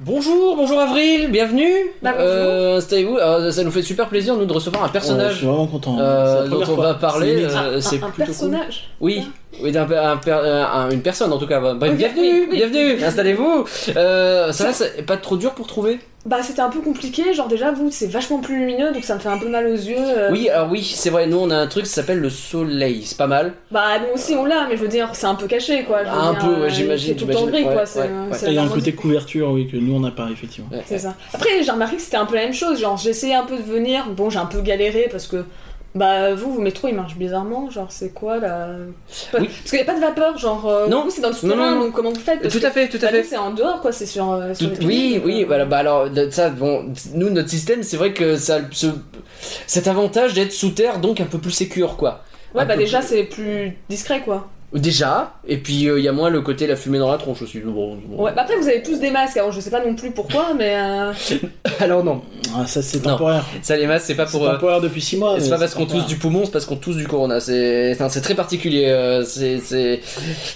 Bonjour, bonjour Avril, bienvenue. Bah, Euh, installez-vous. Alors, ça nous fait super plaisir nous de recevoir un Euh, je personnage suis vraiment content. C'est la euh, dont première on fois. va parler. C'est euh, C'est Ah, un, un plutôt cool. personnage. hein. Oui, oui d'un- un per- euh, un- une personne en tout cas. Bref, Oui, bienvenue, oui, oui. bienvenue. Installez-vous. Euh, ça, va, c'est pas trop dur pour trouver. Bah c'était un peu compliqué, genre déjà vous c'est vachement plus lumineux donc ça me fait un peu mal aux yeux. euh. Oui, alors oui, c'est vrai. Nous, on a un truc qui s'appelle le soleil. C'est pas mal. Bah nous aussi on l'a mais je veux dire c'est un peu caché quoi. je veux Un dire, peu, ouais, euh, j'imagine, C'est tout le temps j'imagine. gris quoi. Ouais, c'est ouais, euh, ouais. c'est Il y a un vraiment- côté couverture, oui, que nous on n'a pas, effectivement. Ouais. C'est ça. Après j'ai remarqué que c'était un peu la même chose, genre j'ai essayé un peu de venir, bon j'ai un peu galéré parce que bah vous, vos métros ils marchent bizarrement, genre c'est quoi là Pas- Oui. Parce qu'il n'y a pas de vapeur, genre euh, Non. vous c'est dans le Non, souterrain non, non. donc comment vous faites Parce Euh, Tout que, à fait, tout à bah, fait. nous, c'est en dehors quoi, c'est sur, euh, sur Tout- les oui, piliers, oui, donc, voilà, euh, bah alors, de- ça, bon, nous, notre système, c'est vrai que ça, a ce, cet avantage d'être sous terre, donc un peu plus sécure, quoi. Ouais un bah peu déjà plus- c'est plus discret quoi. Déjà, et puis il y a moins le côté la fumée dans la tronche aussi. Bon, bon. Ouais, bah après vous avez tous des masques, alors je sais pas non plus pourquoi, mais euh, Alors non, Ah, ça c'est Euh, Non. temporaire. ça les masques, c'est pas C'est pour. euh, temporaire depuis 6 mois. c'est mais pas parce qu'on tousse temporaire. du poumon, c'est parce qu'on tousse du corona. C'est enfin, c'est très particulier. euh, c'est c'est-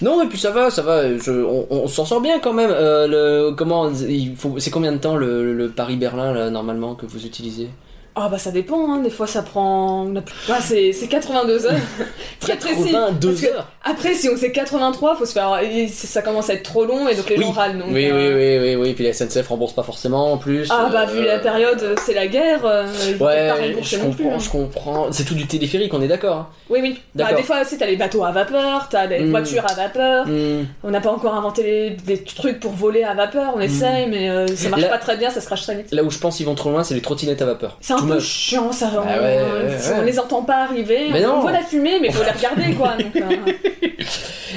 non et puis ça va, ça va. je- on on s'en sort bien quand même. Euh, le comment il faut c'est combien de temps le, le Paris Berlin là normalement que vous utilisez Ah bah ça dépend, hein. des fois ça prend... on a plus- Ouais, c'est, c'est 82 heures. Très précis. Parce 82 que heures. Après si on sait 83, faut se faire... et ça commence à être trop long et donc les Oui. gens râlent. Donc, Oui, oui, euh, oui, oui, oui, puis la SNCF rembourse pas forcément en plus. Ah bah euh, vu la période, c'est la guerre, euh, ils vont pas Ouais, rembourser je non plus. comprends, hein. je comprends. C'est tout du téléphérique, on est d'accord. hein. Oui, oui. Bah, D'accord. des fois, si t'as les bateaux à vapeur, t'as les Mm. voitures à vapeur. Hmm. On n'a pas encore inventé les- des trucs pour voler à vapeur, on essaye, mais euh, ça marche La- pas très bien, ça se crache très vite. Là où je pense qu'ils vont trop loin, c'est les trottinettes à vapeur. C'est un Tout peu mal. chiant ça, on, ouais, ouais, on ouais. les entend pas arriver, Mais on non. voit la fumée mais faut les regarder quoi. donc, euh,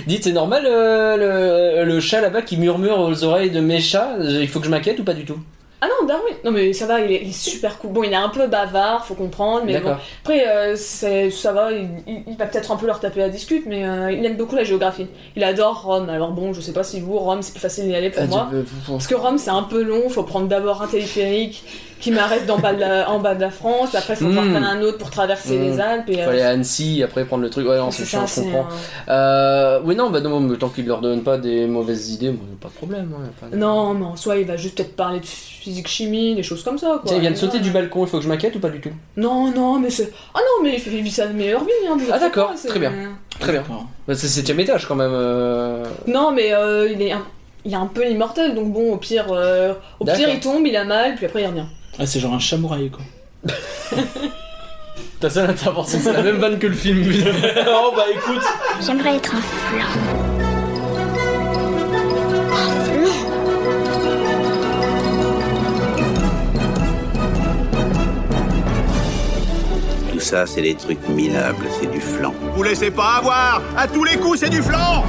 Dites, c'est normal euh, le, le chat là-bas qui murmure aux oreilles de mes chats euh, Il faut que je m'inquiète ou pas du tout Ah non, Darwin Non mais ça va, il est, il est super cool. Bon, il est un peu bavard, faut comprendre, mais bon. D'accord. Après, euh, c'est- ça va, il, il- il va peut-être un peu leur taper la discute, mais euh, il aime beaucoup la géographie. Il adore Rome, alors bon, je sais pas si vous, Rome, c'est plus facile d'y aller pour Ah, tu- moi. euh, vous- Parce que Rome, c'est un peu long, faut prendre d'abord un téléphérique qui m'arrête d'en bas de la- en bas de la France, après faut Mm. en prendre un autre pour traverser Mm. les Alpes. Et, faut euh, aller à Annecy, après prendre le truc. Ouais, non, c'est c'est chiant, ça, je c'est comprends. un- Euh, oui, non, bah non, mais tant qu'ils leur donnent pas des mauvaises idées, bon, pas de problème. hein, y a pas de- Non, mais en soi, il va juste peut-être parler de physique-chimie, des choses comme ça. Quoi. Tiens, il vient de Et sauter voilà. du balcon, il faut que je m'inquiète ou pas du tout Non, non, mais c'est. Ah non, mais il fait- il vit sa meilleure vie. Hein, vous Ah, en faites d'accord, pas, c'est- très bien. Très bien. D'accord. Bah, c'est septième étage quand même. euh. Non, mais euh, il est un... il est un peu immortel, donc bon, au pire, euh, au pire, D'accord. il tombe, il a mal, puis après il revient. Ah, c'est genre un chamouraï quoi. Ta seule intervention, c'est la même vanne que le film. oh bah écoute. J'aimerais être un flan. Un flan Tout ça, c'est des trucs minables, c'est du flan. Vous laissez pas avoir À tous les coups, c'est du flanc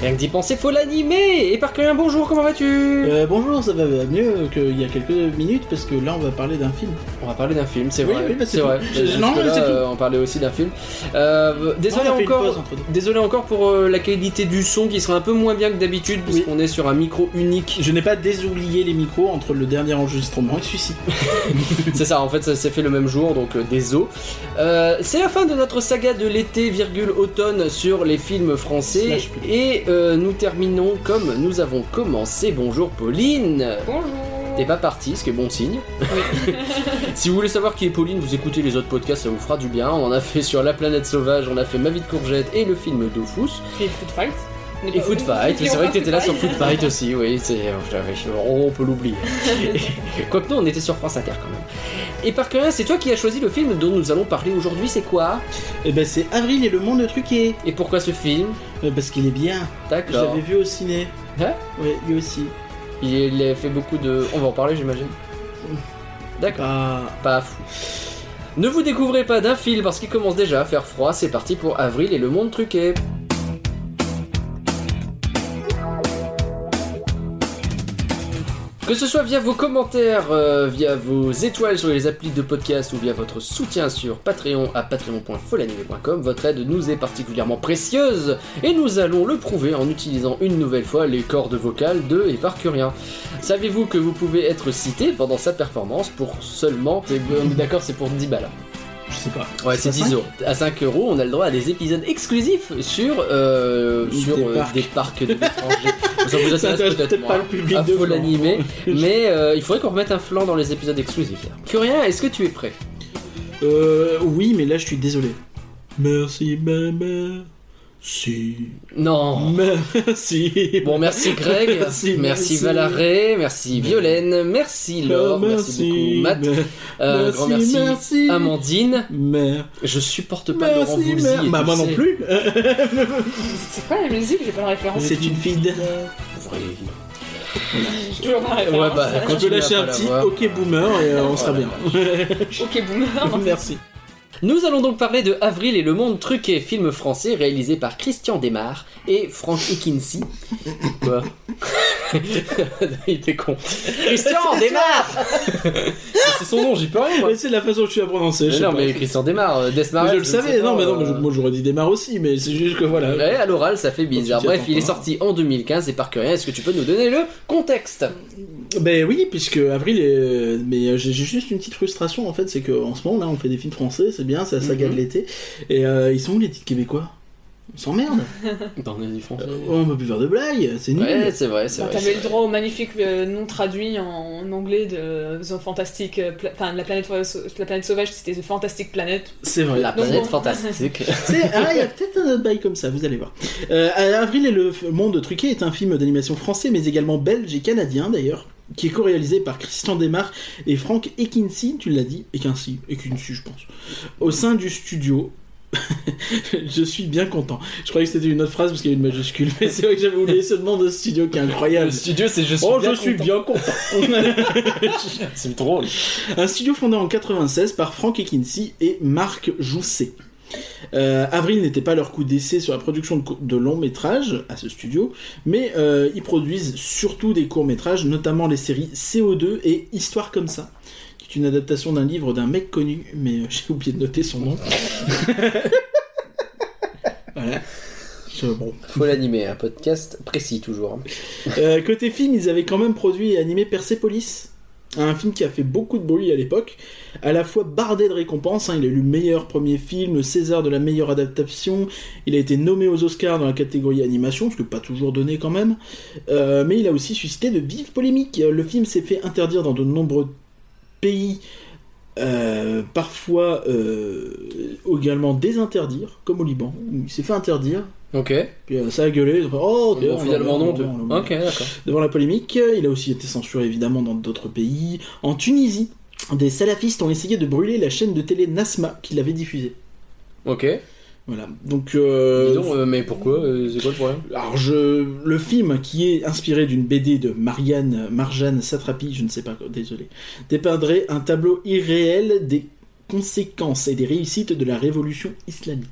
Rien que d'y penser, faut l'animer. Et par un bonjour, comment vas-tu Euh, bonjour, ça va mieux qu'il y a quelques minutes parce que là on va parler d'un film. On va parler d'un film, c'est Oui, vrai. oui, bah, c'est c'est tout. vrai. Je- non, Jusque-là, mais c'est tout. euh, on parlait aussi d'un film. Euh, désolé Non, on a fait une encore. pause entre deux. Désolé encore pour euh, la qualité du son qui sera un peu moins bien que d'habitude Oui. puisqu'on est sur un micro unique. Je n'ai pas désoublié les micros entre le dernier enregistrement et celui-ci. c'est ça, en fait ça s'est fait le même jour donc euh, des os. Euh, c'est la fin de notre saga de l'été virgule automne sur les films français Slash plus. et euh, nous terminons comme nous avons commencé. Bonjour Pauline. T'es Bonjour. pas parti, ce qui est bon signe. si vous voulez savoir qui est Pauline, vous écoutez les autres podcasts, ça vous fera du bien. On en a fait sur La Planète Sauvage, on a fait Ma vie de courgette et le film Dofus. Et Food Fight. Et Foot Fight, c'est vrai que t'étais là sur Foot Fight aussi, oui, c'est, oh, on peut l'oublier. Quoique non, on était sur France Inter quand même. Et par curiosité, c'est toi qui as choisi le film dont nous allons parler aujourd'hui, c'est quoi Et ben c'est Avril et le monde truqué. Et pourquoi ce film Euh, parce qu'il est bien. Je D'accord. l'avais vu au ciné. Hein ouais, lui aussi. Il a fait beaucoup de... On va en parler j'imagine. D'accord. Bah, Pas fou. Ne vous découvrez pas d'un fil parce qu'il commence déjà à faire froid. C'est parti pour Avril et le monde truqué. Que ce soit via vos commentaires, euh, via vos étoiles sur les applis de podcast ou via votre soutien sur Patreon à patreon.folanimé.com, votre aide nous est particulièrement précieuse et nous allons le prouver en utilisant une nouvelle fois les cordes vocales de Éparcurien. Savez-vous que vous pouvez être cité pendant sa performance pour seulement... c'est- On est d'accord, c'est pour 10 balles. Je sais pas. Ouais, c'est à 10 cinq euros. À 5 euros, on a le droit à des épisodes exclusifs sur, euh, Des sur euh, parcs. des parcs de l'étranger. Ça vous Ça intéresse intéresse peut-être peut-être moins. pas le public Ah, de faut Flandre. l'animer. Mais euh, il faudrait qu'on remette un flanc dans les épisodes exclusifs. Curien, est-ce que tu es prêt Euh, oui, mais là, je suis désolé. Merci, maman. Si. Non. Merci. Oh. Bon, merci Greg, merci, Merci, merci. Valaré, merci Violaine, merci Laure, merci, beaucoup Matt, mer- euh, grand merci, merci. Amandine. Mer- Je supporte pas Laurent Merci, Voulzy. et mer- tu Bah, moi le non sais. plus. C'est quoi la musique J'ai pas la référence. C'est une fille de. Ouais, J'ai toujours pas la référence. Ouais, bah, On quand peut tu lâcher vas un pas la petit voir. OK boomer et euh, on sera Voilà. bien. Ok, boomer. Merci. Nous allons donc parler de Avril et le monde truqué, film français réalisé par Christian Desmar et Franck Ikinsi. Quoi Il était con. Christian Desmar C'est son nom, j'y peux rien moi. Mais c'est la façon que tu as prononcé. je Mais sais non, pas. mais Christian Desmar, euh, Desmar. Mais je le ne sais savais, pas, non, mais non, mais euh, je- moi j'aurais dit démarre aussi, mais c'est juste que voilà. Ouais, à l'oral, ça fait bizarre. tu t'y Bref, attends il est pas. sorti en 2015 et par curieux, est-ce que tu peux nous donner le contexte Ben oui, puisque avril est... Mais euh, j'ai j'ai juste une petite frustration en fait, c'est qu'en ce moment là on fait des films français, c'est bien, c'est la saga Mhm. de l'été, et euh, ils sont où les titres québécois On s'emmerde Dans les français. On peut plus faire de blagues, c'est nul Euh, Ouais, c'est vrai, c'est Bah, vrai. T'avais c'est le vrai. droit au magnifique euh, nom traduit en anglais de The Fantastic, euh, pla- enfin de la planète, la planète sauvage, c'était The Fantastic Planet. C'est vrai. La Donc planète bon. fantastique. C'est- Ah, il y a peut-être un autre bail comme ça, vous allez voir. Euh, Avril et le f- monde truqué est un film d'animation français, mais également belge et canadien d'ailleurs, qui est co-réalisé par Christian Desmar et Franck Ekinsi, tu l'as dit, Ekinsi, Ekinsi je pense, au sein du studio. je suis bien content. Je croyais que c'était une autre phrase parce qu'il y a une majuscule, mais c'est vrai que j'avais oublié ce nom de studio qui est incroyable. studio, c'est je Oh, je suis bien content. C'est drôle. Un studio fondé en 96 par Frank Ekinsi et Marc Jousset. Euh, Avril n'était pas leur coup d'essai sur la production de, co- de longs métrages à ce studio, mais euh, ils produisent surtout des courts métrages, notamment les séries CO2 et Histoire comme ça, qui est une adaptation d'un livre d'un mec connu, mais euh, j'ai oublié de noter son nom. voilà. Je- bon. Faut l'animer, un podcast précis toujours. Euh, côté film, ils avaient quand même produit et animé Persepolis, un film qui a fait beaucoup de bruit à l'époque, à la fois bardé de récompenses, hein, il a eu le meilleur premier film, César de la meilleure adaptation, il a été nommé aux Oscars dans la catégorie animation, ce que pas toujours donné quand même, Euh, mais il a aussi suscité de vives polémiques. Euh, Le film s'est fait interdire dans de nombreux pays. euh, parfois euh, également désinterdire, comme au Liban, où il s'est fait interdire, Ok. puis euh, ça a gueulé, ils ont fait, oh, ok, Bon, on finalement, non. hein, l'emmerde, tu- on l'emmerde Ok, d'accord. devant la polémique. Il a aussi été censuré évidemment dans d'autres pays. En Tunisie, des salafistes ont essayé de brûler la chaîne de télé Nasma qui l'avait diffusée. Ok. Voilà. Donc, euh, Dis donc, euh, mais pourquoi euh, C'est quoi le problème alors je, le film qui est inspiré d'une BD de Marianne Marjane Satrapi, je ne sais pas, désolé, dépeindrait un tableau irréel des conséquences et des réussites de la révolution islamique.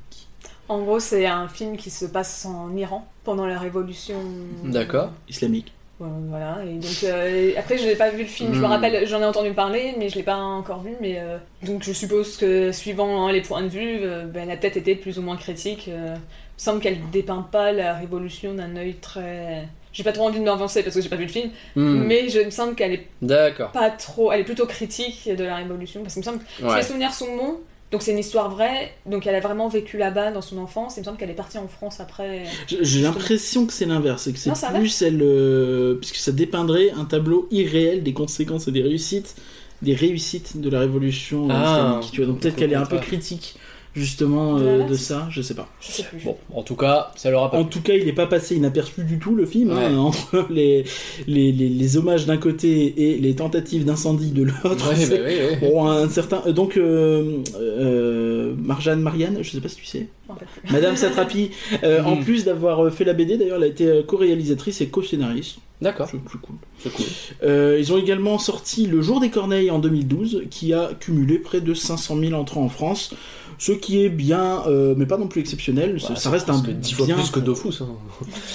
En gros, c'est un film qui se passe en Iran pendant la révolution. D'accord. Islamique. Ouais, voilà. Et donc euh, et après, je n'ai pas vu le film. Je me Hmm. rappelle, j'en ai entendu parler, mais je l'ai pas encore vu. Mais euh, donc, je suppose que suivant hein, les points de vue, euh, ben, elle a peut-être été plus ou moins critique. euh. il me semble qu'elle dépeint pas la révolution d'un œil très. J'ai pas trop envie de m'avancer parce que j'ai pas vu le film, Hmm, mais je il me semble qu'elle est D'accord. pas trop, elle est plutôt critique de la révolution parce qu'il me semble que si mes Ouais. souvenirs sont bons, donc c'est une histoire vraie, donc elle a vraiment vécu là-bas dans son enfance. Il me semble qu'elle est partie en France après. J'ai- J'ai l'impression que c'est l'inverse, c'est que c'est Non, ça va. plus elle, euh, puisque ça dépeindrait un tableau irréel des conséquences et des réussites, des réussites de la révolution euh, Ah. islamique. Tu vois, donc peut-être Je qu'elle est un comprends peu pas. critique justement euh, Voilà. de ça, je sais pas. Je sais plus. Bon, en tout cas, ça leur a pas. En tout cas, il n'est pas passé inaperçu du tout le film hein, Ouais. entre les, les, les, les hommages d'un côté et les tentatives d'incendie de l'autre. Ouais, bah, c'est- oui, oui. Bon, un certain. euh, Donc, euh, euh, Marjane Marianne, je sais pas si tu sais. Je m'en rappelle plus. Madame Satrapi, euh, en Mm. plus d'avoir euh, fait la BD, d'ailleurs, elle a été euh, co-réalisatrice et co-scénariste. D'accord. C'est c'est cool. C'est cool. Euh, ils ont également sorti Le Jour des Corneilles en 2012, qui a cumulé près de 500 000 entrants en France, ce qui est bien, euh, mais pas non plus exceptionnel. ça, ça reste un Bah, Parce que 10 fois bien- plus que Dofus. hein.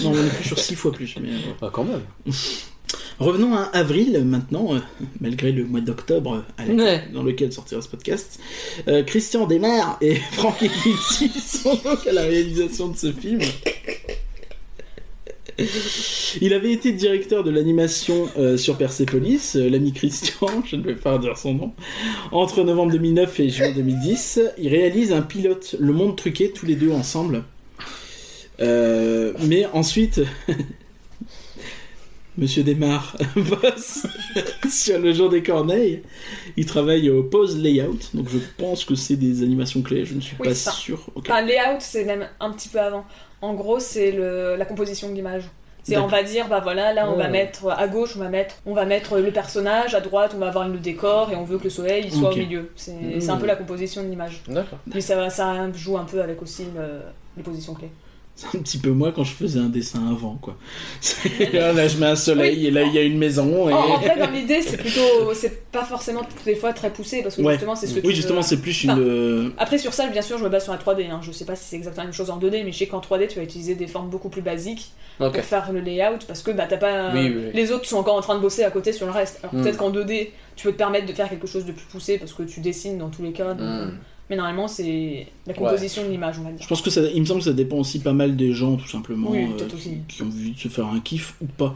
Non, on est plus sur 6 fois plus. mais, euh, ouais. Ah, quand même. Revenons à avril maintenant, euh, malgré le mois d'octobre euh, à la- Ouais. dans lequel sortira ce podcast. Euh, Christian Desmar et Franck Ekinsi sont donc à la réalisation de ce film. Il avait été directeur de l'animation euh, sur Persepolis, euh, l'ami Christian, je ne vais pas dire son nom. Entre novembre 2009 et juin 2010, il réalise un pilote, Le Monde Truqué, tous les deux ensemble. Euh, mais ensuite, Monsieur Desmar bosse sur Le Jour des Corneilles. Il travaille au Pose Layout, donc je pense que c'est des animations clés, je ne suis Oui, pas c'est ça. sûr. Ok. Enfin, layout, c'est même un petit peu avant. En gros, c'est le- la composition de l'image. C'est on va dire bah voilà là on va Ouais. mettre à gauche on va mettre on va mettre le personnage à droite on va avoir le décor et on veut que le soleil il soit Ok. au milieu c'est Mhm. c'est un peu la composition de l'image D'accord. mais ça va- ça joue un peu avec aussi le- les positions clés C'est un petit peu moi quand je faisais un dessin avant, quoi. C'est- là, je mets un soleil, et là, il y a une maison. Et... en, Oh, en fait dans l'idée c'est plutôt c'est pas forcément des fois très poussé parce que Ouais. justement c'est ce que tu oui, veux- justement, c'est plus une. Enfin, euh, Après sur ça, bien sûr, je me base sur la 3D. hein. Je sais pas si c'est exactement la même chose en 2D, mais je sais qu'en 3D, tu vas utiliser des formes beaucoup plus basiques Ok. pour faire le layout parce que bah, t'as pas. Oui, oui, oui. Les autres sont encore en train de bosser à côté sur le reste. Alors Mm. peut-être qu'en 2D, tu peux te permettre de faire quelque chose de plus poussé parce que tu dessines dans tous les cas. donc, euh, Hmm. Mais normalement, c'est la composition de l'image, on va dire. Je pense que ça, il me semble que ça dépend aussi pas mal des gens, tout simplement, Oui, euh, peut-être qui- aussi. qui ont envie de se faire un kiff ou pas.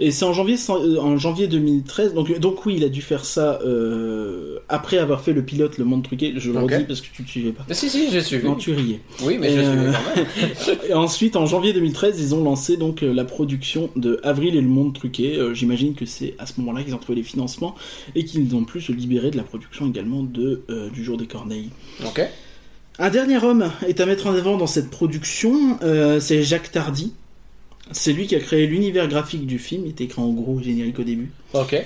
Et c'est en janvier, cent- euh, en janvier 2013. Donc, donc oui, il a dû faire ça euh, après avoir fait le pilote Le Monde Truqué. Je le Ok. redis parce que tu ne suivais pas. Ah, Si, si, j'ai suivi. Non, tu riais. Oui, mais je Et, suivais euh, quand même. Et ensuite, en janvier 2013, ils ont lancé donc euh, la production de Avril et le Monde Truqué. Euh, J'imagine que c'est à ce moment-là qu'ils ont trouvé les financements et qu'ils ont pu se libérer de la production également de euh, du Jour des Corneilles. Ok. Un dernier homme est à mettre en avant dans cette production, euh, c'est Jacques Tardy. C'est lui qui a créé l'univers graphique du film, il était écrit en gros au générique au début. Ok.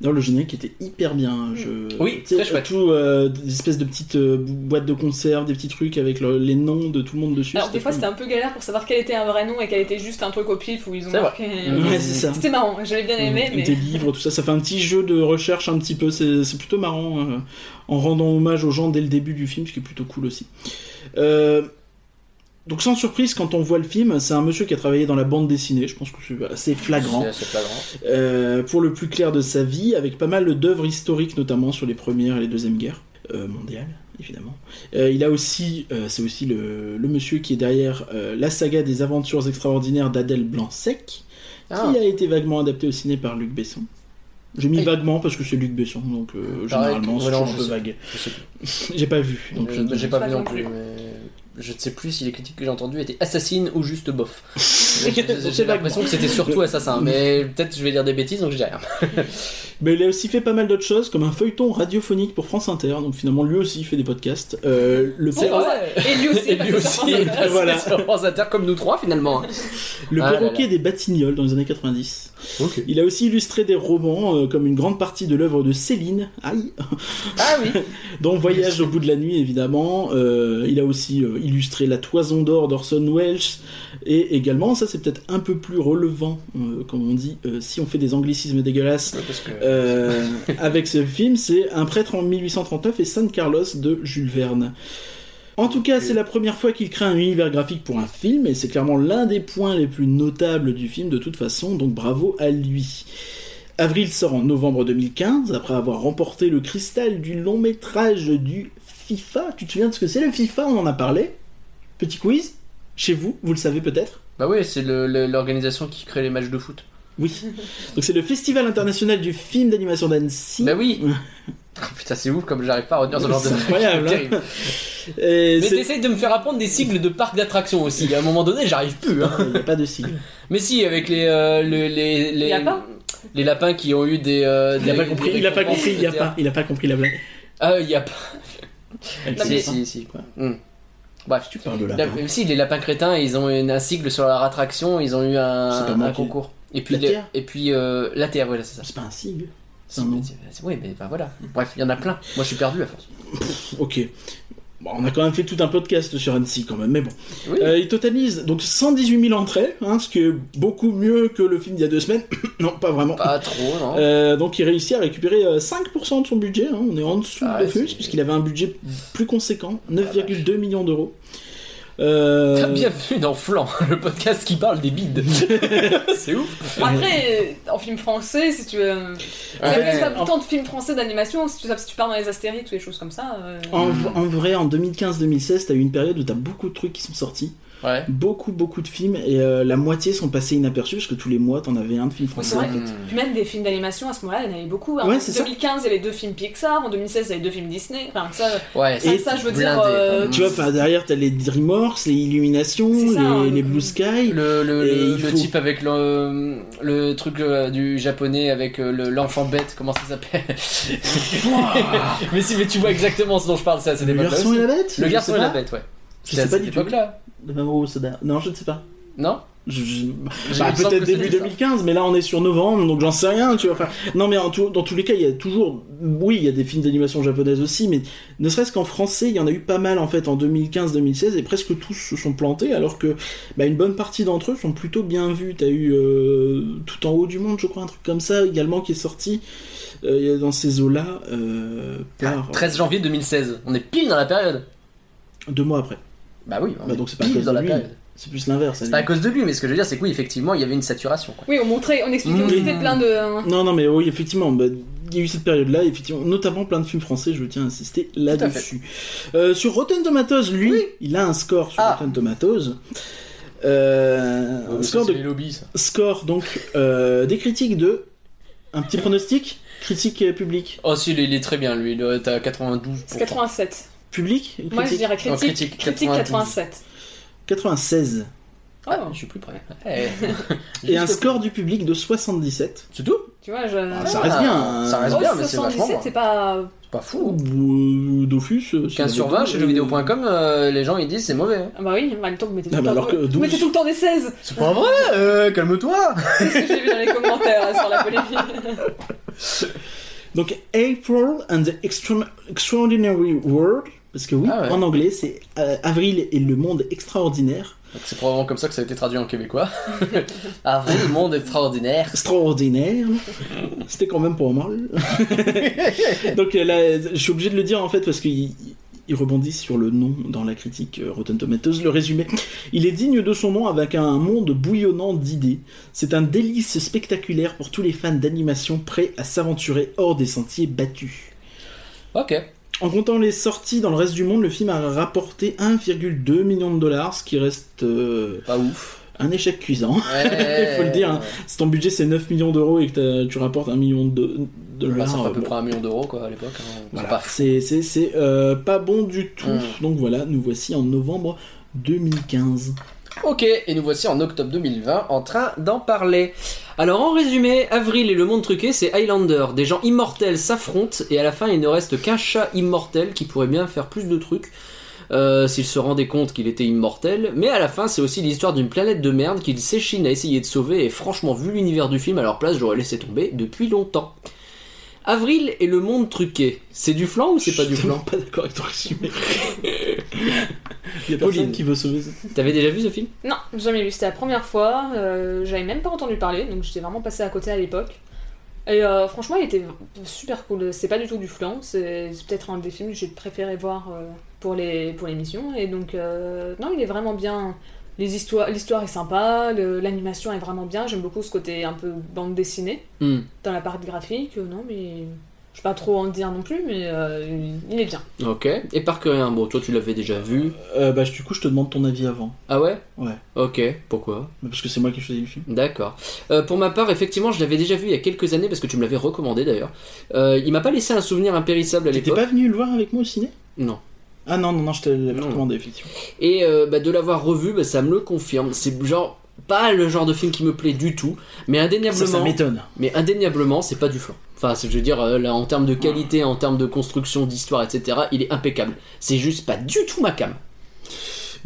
Non, le générique était hyper bien. hein, Je... Oui, Tu sais, très chouette. Tout, euh, des espèces de petites euh, boîtes de conserve, des petits trucs avec le- les noms de tout le monde dessus. Alors des fois, vraiment- c'était un peu galère pour savoir quel était un vrai nom et quel était juste un truc au pif où ils ont C'est marqué. un- Ouais, c'est ça. Hmm. C'était marrant, j'avais bien aimé, mais. Des livres, tout ça, ça fait un petit jeu de recherche un petit peu, c'est c'est plutôt marrant, euh, en rendant hommage aux gens dès le début du film, ce qui est plutôt cool aussi. Euh, donc sans surprise, quand on voit le film, c'est un monsieur qui a travaillé dans la bande dessinée, je pense que c'est assez flagrant, C'est assez flagrant. Euh, pour le plus clair de sa vie, avec pas mal d'œuvres historiques, notamment sur les premières et les deuxièmes guerres euh, mondiales. Évidemment. Euh, il a aussi, euh, c'est aussi le, le monsieur qui est derrière euh, la saga des aventures extraordinaires d'Adèle Blanc-Sec, Ah, qui a été vaguement adapté au ciné par Luc Besson. J'ai mis Et- vaguement parce que c'est Luc Besson, donc Pareil, euh, généralement c'est voilà, toujours un je peu sais. vague. je sais plus. J'ai pas vu, donc je Euh, ne- J'ai pas pas vu non non plus, plus. mais je ne sais plus si les critiques que j'ai entendues étaient assassines ou juste bof. C'est j'ai vaguement. l'impression que c'était Euh, surtout assassin, mais peut-être je vais dire des bêtises, donc je dis rien. Mais il a aussi fait pas mal d'autres choses, comme un feuilleton radiophonique pour France Inter, donc finalement lui aussi il fait des podcasts. Euh, le C'est perro- vrai. Et lui aussi, Et parce lui que ça aussi, il prend sa place. passe Voilà. sur France Inter comme nous trois finalement. le Ah là perroquet là. des Batignolles dans les années 90. Ok. Il a aussi illustré des romans, euh, comme une grande partie de l'œuvre de Céline, aïe, Ah oui dont Voyage au bout de la nuit évidemment. Euh, il a aussi euh, illustré La Toison d'or d'Orson Welles et également, ça c'est peut-être un peu plus relevant, euh, comme on dit, euh, si on fait des anglicismes dégueulasses. Parce que- Euh, avec ce film, c'est Un prêtre en 1839 et San Carlos de Jules Verne. En tout cas, c'est la première fois qu'il crée un univers graphique pour un film, et c'est clairement l'un des points les plus notables du film de toute façon, donc bravo à lui. Avril sort en novembre 2015, après avoir remporté le cristal du long métrage du FIFA. Tu te souviens de ce que c'est le FIFA On en a parlé. Petit quiz, chez vous, vous le savez peut-être Bah oui, c'est le- le- l'organisation qui crée les matchs de foot. Oui. Donc c'est le Festival international du film d'animation d'Annecy. Bah oui Ah, Putain, c'est ouf comme j'arrive pas à retenir ce genre de C'est incroyable, hein. Terrible. Et Mais c'est- t'essayes de me faire apprendre des sigles de parcs d'attractions aussi. À un moment donné, j'arrive plus. Hein. Il n'y a pas de sigle. Mais si, avec les euh, le- les les, Y a pas les lapins qui ont eu des. euh, Il a des- pas compris, des il a pas récompenses, compris, il a etc. pas, il a pas compris la blague. Ah, il y a pas. Elle Si, sait pas. si, si. Hmm. Bref, Tu parles de La- lapin. si les lapins crétins, ils ont eu un sigle sur leur attraction, ils ont eu C'est pas un, moi un qui- concours. Et puis La les- Terre et puis euh, la terre, voilà, c'est ça. C'est pas un sigle. C'est- un nom. c'est- Oui, mais bah, voilà. Bref, il y en a plein. Moi, je suis perdu à force. Ok. Bon, on a quand même fait tout un podcast sur Annecy quand même, mais bon. Oui. Euh, il totalise donc 118 000 entrées, hein, ce qui est beaucoup mieux que le film d'il y a deux semaines. non, pas vraiment. Pas trop, non. Euh, donc il réussit à récupérer euh, 5% de son budget, hein, on est en dessous Ah de ouais, Fuse, c'est- puisqu'il avait un budget plus conséquent, 9,2 millions d'euros. Euh, T'as Bienvenue dans Flan, le podcast qui parle des bides. c'est ouf. Après, euh, en film français, si tu veux. Il Ouais. n'y a pas tant de films français d'animation, si tu, si tu pars dans les Oh. Astérix ou des choses comme ça. euh, En, en vrai, en 2015-2016, t'as eu une période où t'as beaucoup de trucs qui sont sortis. Ouais. beaucoup, beaucoup de films, et euh, la moitié sont passés inaperçus, parce que tous les mois, t'en avais un de film Oui, français. c'est vrai. en fait. Puis même des films d'animation à ce moment-là, il y en avait beaucoup. hein. Ouais, en c'est ça. 2015, il y avait deux films Pixar. En 2016, il y avait deux films Disney. Enfin, ça, euh, Ouais, ça, c'est ça, je veux blindé, dire. euh, vraiment. Tu vois, enfin, derrière, t'as les Dreamworks, les Illuminations, C'est ça, les, hein. les Blue Sky. Le, le, Et le, il le faut- type avec le, le truc euh, du japonais avec euh, le- l'enfant bête, comment ça s'appelle Mais si, mais tu vois exactement ce dont je parle, ça, c'est des Le époques-là garçon aussi. et la bête Le Je garçon sais et la pas. bête, ouais. Je C'est à sais pas cette du tout. époque-là, De Mamoru Hosoda. Non, je ne sais pas. non Je- je- J'ai- Bah, il me semble peut-être que c'est début ça. 2015, mais là on est sur novembre, donc j'en sais rien, tu vois. Enfin, non, mais en tout- dans tous les cas, il y a toujours. Oui, il y a des films d'animation japonaise aussi, mais ne serait-ce qu'en français, il y en a eu pas mal en fait en 2015-2016, et presque tous se sont plantés, alors que bah, une bonne partie d'entre eux sont plutôt bien vus. T'as eu euh, Tout en haut du monde, je crois, un truc comme ça également qui est sorti euh, dans ces eaux-là, euh, par- 13 Ah, janvier 2016, on est pile dans la période. euh, deux mois après. Bah oui, on Bah, est donc c'est pas à pile cause dans de la lui. période. C'est plus l'inverse. C'est à pas à lui. cause de lui, mais ce que je veux dire, c'est que oui, effectivement, il y avait une saturation. Quoi. Oui, on montrait, on expliquait Mm. Mmh. aussi c'était plein de. hein. Non, non, mais oui, effectivement, bah, il y a eu cette période-là, effectivement, notamment plein de films français, je tiens à insister là-dessus. Euh, sur Rotten Tomatoes, lui, il a un score sur Ah. Rotten Tomatoes. Euh, un score, de- lobbies, ça. score, donc euh, des critiques de. Un petit pronostic Critique euh, public Oh, si, il est, il est très bien, lui, il doit être à 92%. C'est 87. Public Une Moi, je critique dirais Non, critique, critique. critique, 92. 87. 96. Oh, Ah, je suis plus près. Eh. Et un Juste- score du public de 77. C'est tout tu vois, je. Ah, ça reste bien. Ça reste Oh, bien, mais c'est vachement 77, c'est bien. pas. C'est pas fou. Ou euh, Dofus. euh, s'il 15 avait sur 20 deux, chez euh, jeuxvideo.com, euh, les gens ils disent c'est mauvais. hein. Ah bah oui, en même temps, vous mettez tout, Ah, le mais temps- alors que vous 12. mettez tout le temps des 16. C'est pas vrai, euh, calme-toi C'est ce que j'ai vu dans les commentaires là, sur la polémique. Donc April and the Extra- Extraordinary World, parce que oui, Ah ouais. en anglais c'est euh, Avril et le monde extraordinaire. Donc C'est probablement comme ça que ça a été traduit en québécois. Avril, le monde extraordinaire. Extraordinaire, c'était quand même pas mal. Donc euh, là, je suis obligé de le dire en fait parce qu'il il rebondit sur le nom dans la critique euh, Rotten Tomatoes, le résumé. Il est digne de son nom avec un monde bouillonnant d'idées. C'est un délice spectaculaire pour tous les fans d'animation prêts à s'aventurer hors des sentiers battus. Ok. En comptant les sorties dans le reste du monde, le film a rapporté 1,2 million de dollars, ce qui reste euh, Pas ouf. un échec cuisant. Ouais. Faut le dire, hein. Si ton budget c'est 9 millions d'euros et que t'as- tu rapportes 1 million de de Bah, dollars, ça fait à peu euh, bon, près un million d'euros quoi à l'époque. hein. C'est voilà. pas fou. c'est c'est- c'est, euh, pas bon du tout. Mm. Donc voilà, nous voici en novembre 2015. Ok, et nous voici en octobre 2020 en train d'en parler. Alors en résumé, Avril et le monde truqué, c'est Highlander. Des gens immortels s'affrontent et à la fin il ne reste qu'un chat immortel qui pourrait bien faire plus de trucs euh, s'il se rendait compte qu'il était immortel. Mais à la fin c'est aussi l'histoire d'une planète de merde qu'il s'échine à essayer de sauver et franchement vu l'univers du film à leur place j'aurais laissé tomber depuis longtemps. Avril et le monde truqué, c'est du flan ou c'est pas Je du suis tellement flan pas d'accord avec ton résumé. Il y a Pauline. personne qui veut sauver ça. T'avais déjà vu ce film Non, j'ai jamais vu, c'était la première fois. euh, J'avais même pas entendu parler, donc j'étais vraiment passé à côté à l'époque. Et euh, franchement, il était super cool. C'est pas du tout du flan, c'est c'est peut-être un des films que j'ai préféré voir euh, pour les pour l'émission. Et donc, euh, non, il est vraiment bien. Les histoires, l'histoire est sympa, le- l'animation est vraiment bien. J'aime beaucoup ce côté un peu bande dessinée Hmm. dans la partie graphique. euh, Non, mais je vais pas trop en dire non plus, mais euh, il- il est bien. Ok. Et par rien, bon toi tu l'avais déjà vu. Euh, bah, du coup, je te demande ton avis avant. Ah ouais Ouais. Ok, pourquoi Parce que c'est moi qui choisis le film. D'accord. Euh, pour ma part, effectivement, je l'avais déjà vu il y a quelques années parce que tu me l'avais recommandé d'ailleurs. Euh, il m'a pas laissé un souvenir impérissable à T'étais l'époque. pas venu le voir avec moi au ciné Non. Ah non, non, non, je te l'avais Non. recommandé, effectivement. Et euh, bah, de l'avoir revu, bah, ça me le confirme. C'est genre pas le genre de film qui me plaît du tout, mais Ça, ça indéniablement, m'étonne. mais indéniablement, c'est pas du flan. Enfin, c'est- je veux dire, euh, là, en termes de qualité, en termes de construction, d'histoire, etc., il est impeccable. C'est juste pas du tout ma cam.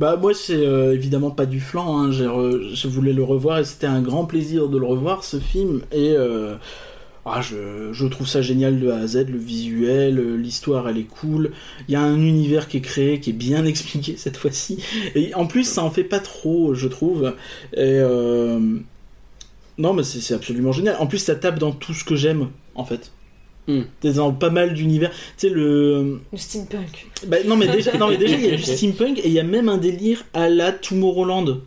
Bah moi c'est euh, évidemment pas du flan, hein. J'ai re- je voulais le revoir et c'était un grand plaisir de le revoir ce film et euh, ah, je, je trouve ça génial de A à Z, le visuel, euh, l'histoire elle est cool, il y a un univers qui est créé, qui est bien expliqué cette fois-ci et en plus ça en fait pas trop je trouve et euh, non mais c'est c'est absolument génial, en plus ça tape dans tout ce que j'aime en fait. Hmm. T'es dans pas mal d'univers, tu sais le... Le steampunk. Bah, non, mais déjà, non, mais déjà, il y a du steampunk et il y a même un délire à la Tomorrowland.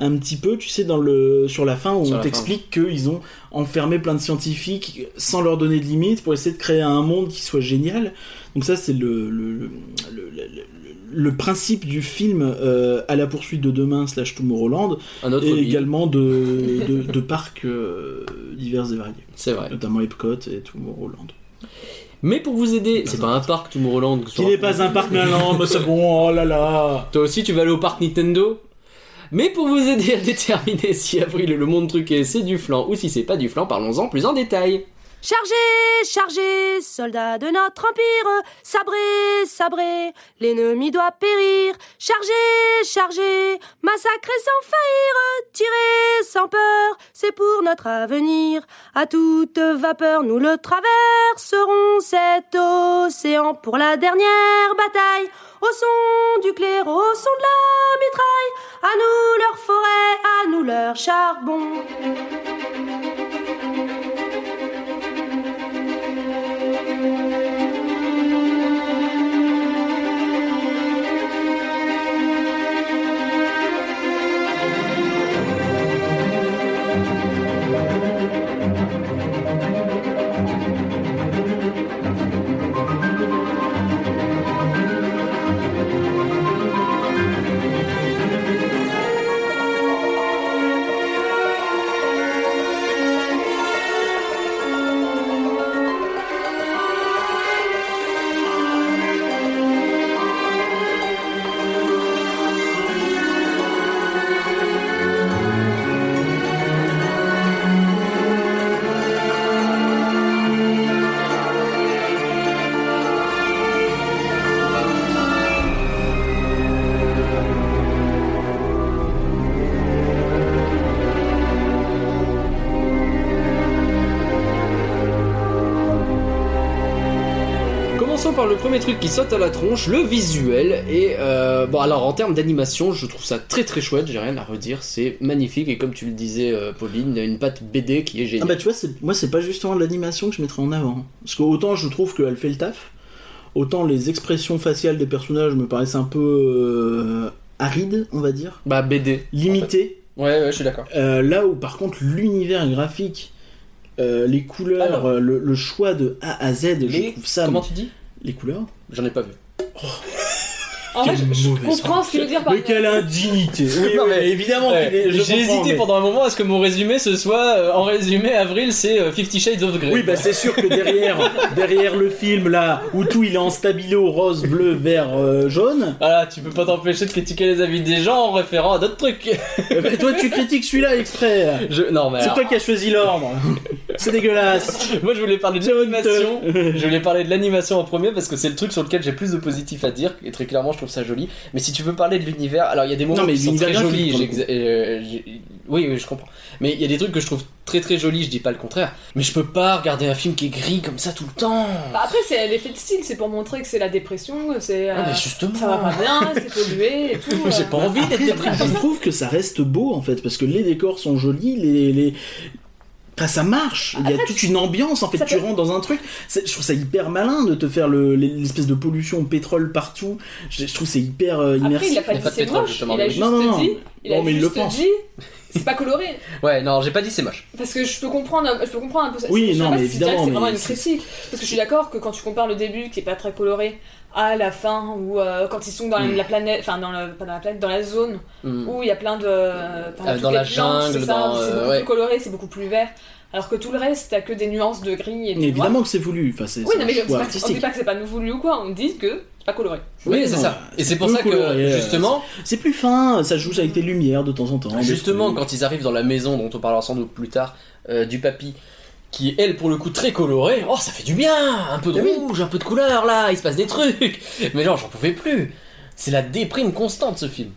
un petit peu, tu sais, dans le, sur la fin où Sur on la t'explique qu'ils ont enfermé plein de scientifiques sans leur donner de limite pour essayer de créer un monde qui soit génial. Donc ça, c'est le, le, le, le- le- le- le principe du film euh, à la poursuite de demain slash Tomorrowland Un autre et Bill, également de, de, de parcs euh, divers et variés, c'est vrai. notamment Epcot et Tomorrowland. Mais pour vous aider, Pas c'est un pas un parc Tomorrowland. que Qui soit- n'est pas un parc maintenant, mais c'est bon, oh là là Toi aussi, tu vas aller au parc Nintendo mais pour vous aider à déterminer si Avril et le monde truqué c'est du flan ou si c'est pas du flan, parlons-en plus en détail. Chargez, chargez, soldats de notre empire, sabrez, sabrez, l'ennemi doit périr. Chargez, chargez, massacrez sans faillir, tirez sans peur, c'est pour notre avenir. À toute vapeur, nous le traverserons cet océan pour la dernière bataille. Au son du clairon, au son de la mitraille, à nous leur forêt, à nous leur charbon. Commençons par le premier truc qui saute à la tronche, le visuel. Et euh, bon, alors en termes d'animation, je trouve ça très très chouette, j'ai rien à redire, c'est magnifique. Et comme tu le disais, euh, Pauline, une patte BD qui est Ah géniale. bah tu vois, c'est- moi c'est pas justement l'animation que je mettrais en avant. Parce que autant je trouve qu'elle fait le taf, autant les expressions faciales des personnages me paraissent un peu euh, arides, on va dire, Bah, BD. limitées. Ouais, ouais, je suis d'accord. Euh, là où par contre l'univers graphique, euh, les couleurs, Alors. euh, le, le choix de A à Z, je Les- trouve ça... Comment tu dis Les couleurs J'en ai pas vu. Ah, En fait, Quelle je- je mauvaise comprends ce qu'il veut dire par Mais quelle indignité Oui, Non, oui, mais- évidemment qu'il est- je J'ai comprends, hésité mais- pendant un moment à ce que mon résumé ce soit euh, en résumé avril c'est euh, Fifty Shades of Grey. Oui, bah c'est sûr que derrière, derrière le film là, où tout il est en stabilo rose, bleu, vert, euh, jaune, Voilà, Ah, tu peux pas t'empêcher de critiquer les avis des gens en référant à d'autres trucs. euh, bah, toi tu critiques celui-là exprès. Je... Non mais C'est alors, toi qui as choisi l'ordre. C'est dégueulasse. moi je voulais parler de C'est l'animation. honteux. Je voulais parler de l'animation en premier parce que c'est le truc sur lequel j'ai plus de positif à dire et très clairement je trouve ça joli. Mais si tu veux parler de l'univers, alors il y a des moments Non, mais qui sont l'univers très graphique, jolis. pour le j'exa- euh, j'ai- oui, oui, je comprends. Mais il y a des trucs que je trouve très très jolis. Je dis pas le contraire. Mais je peux pas regarder un film qui est gris comme ça tout le temps. Bah, après, c'est l'effet de style, c'est pour montrer que c'est la dépression, c'est. euh, Ah, mais justement. ça va pas bien, c'est pollué et tout. euh. J'ai pas envie d'être Après, déprimé. je trouve que ça reste beau en fait, parce que les décors sont jolis, les. les... Enfin, ça marche, il y a toute une ambiance en fait, ça tu peut- rentres dans un truc. C'est- Je trouve ça hyper malin de te faire le- l'espèce de pollution au pétrole partout. Je, je trouve c'est hyper euh, bah, Après, immersif. il a pas Il y a dit pas de c'est pétrole, moche, justement, il a mais- juste Non, non, non. dit. Il a Non, mais il le juste pense. dit. C'est pas coloré. Ouais, non, j'ai pas dit c'est moche. Parce que je peux comprendre, un- je peux comprendre un peu ça. Oui, je sais non, pas mais si je dirais que C'est évidemment, mais vraiment une c'est- critique. Parce que je suis d'accord que quand tu compares le début, qui est pas très coloré, à la fin, ou euh, quand ils sont dans la- Mm. la planète, enfin, dans le- pas dans la planète, dans la zone Hmm. où il y a plein de. euh, par Euh, toutes dans les la nuances, c'est jungle, ça, dans, C'est euh, beaucoup ouais. plus coloré, c'est beaucoup plus vert. Alors que tout le reste, t'as que des nuances de gris et de Mais noir. évidemment que c'est voulu, enfin, c'est Oui, c'est non, un mais je- c'est choix pas- on artistique. Bah, dit pas que c'est pas nous voulu ou quoi, on dit que c'est pas coloré. Oui, Oui, c'est non, ça. Et c'est c'est pour peu ça que coloré, euh, justement, C'est plus fin, ça joue avec des lumières de temps en temps. des justement, trucs. quand ils arrivent dans la maison dont on parlera sans doute plus tard euh, du papy, qui est elle pour le coup très colorée. Oh, ça fait du bien, un peu de Ah oui. rouge, un peu de couleur là, il se passe des trucs. Mais genre, j'en pouvais plus. C'est la déprime constante ce film.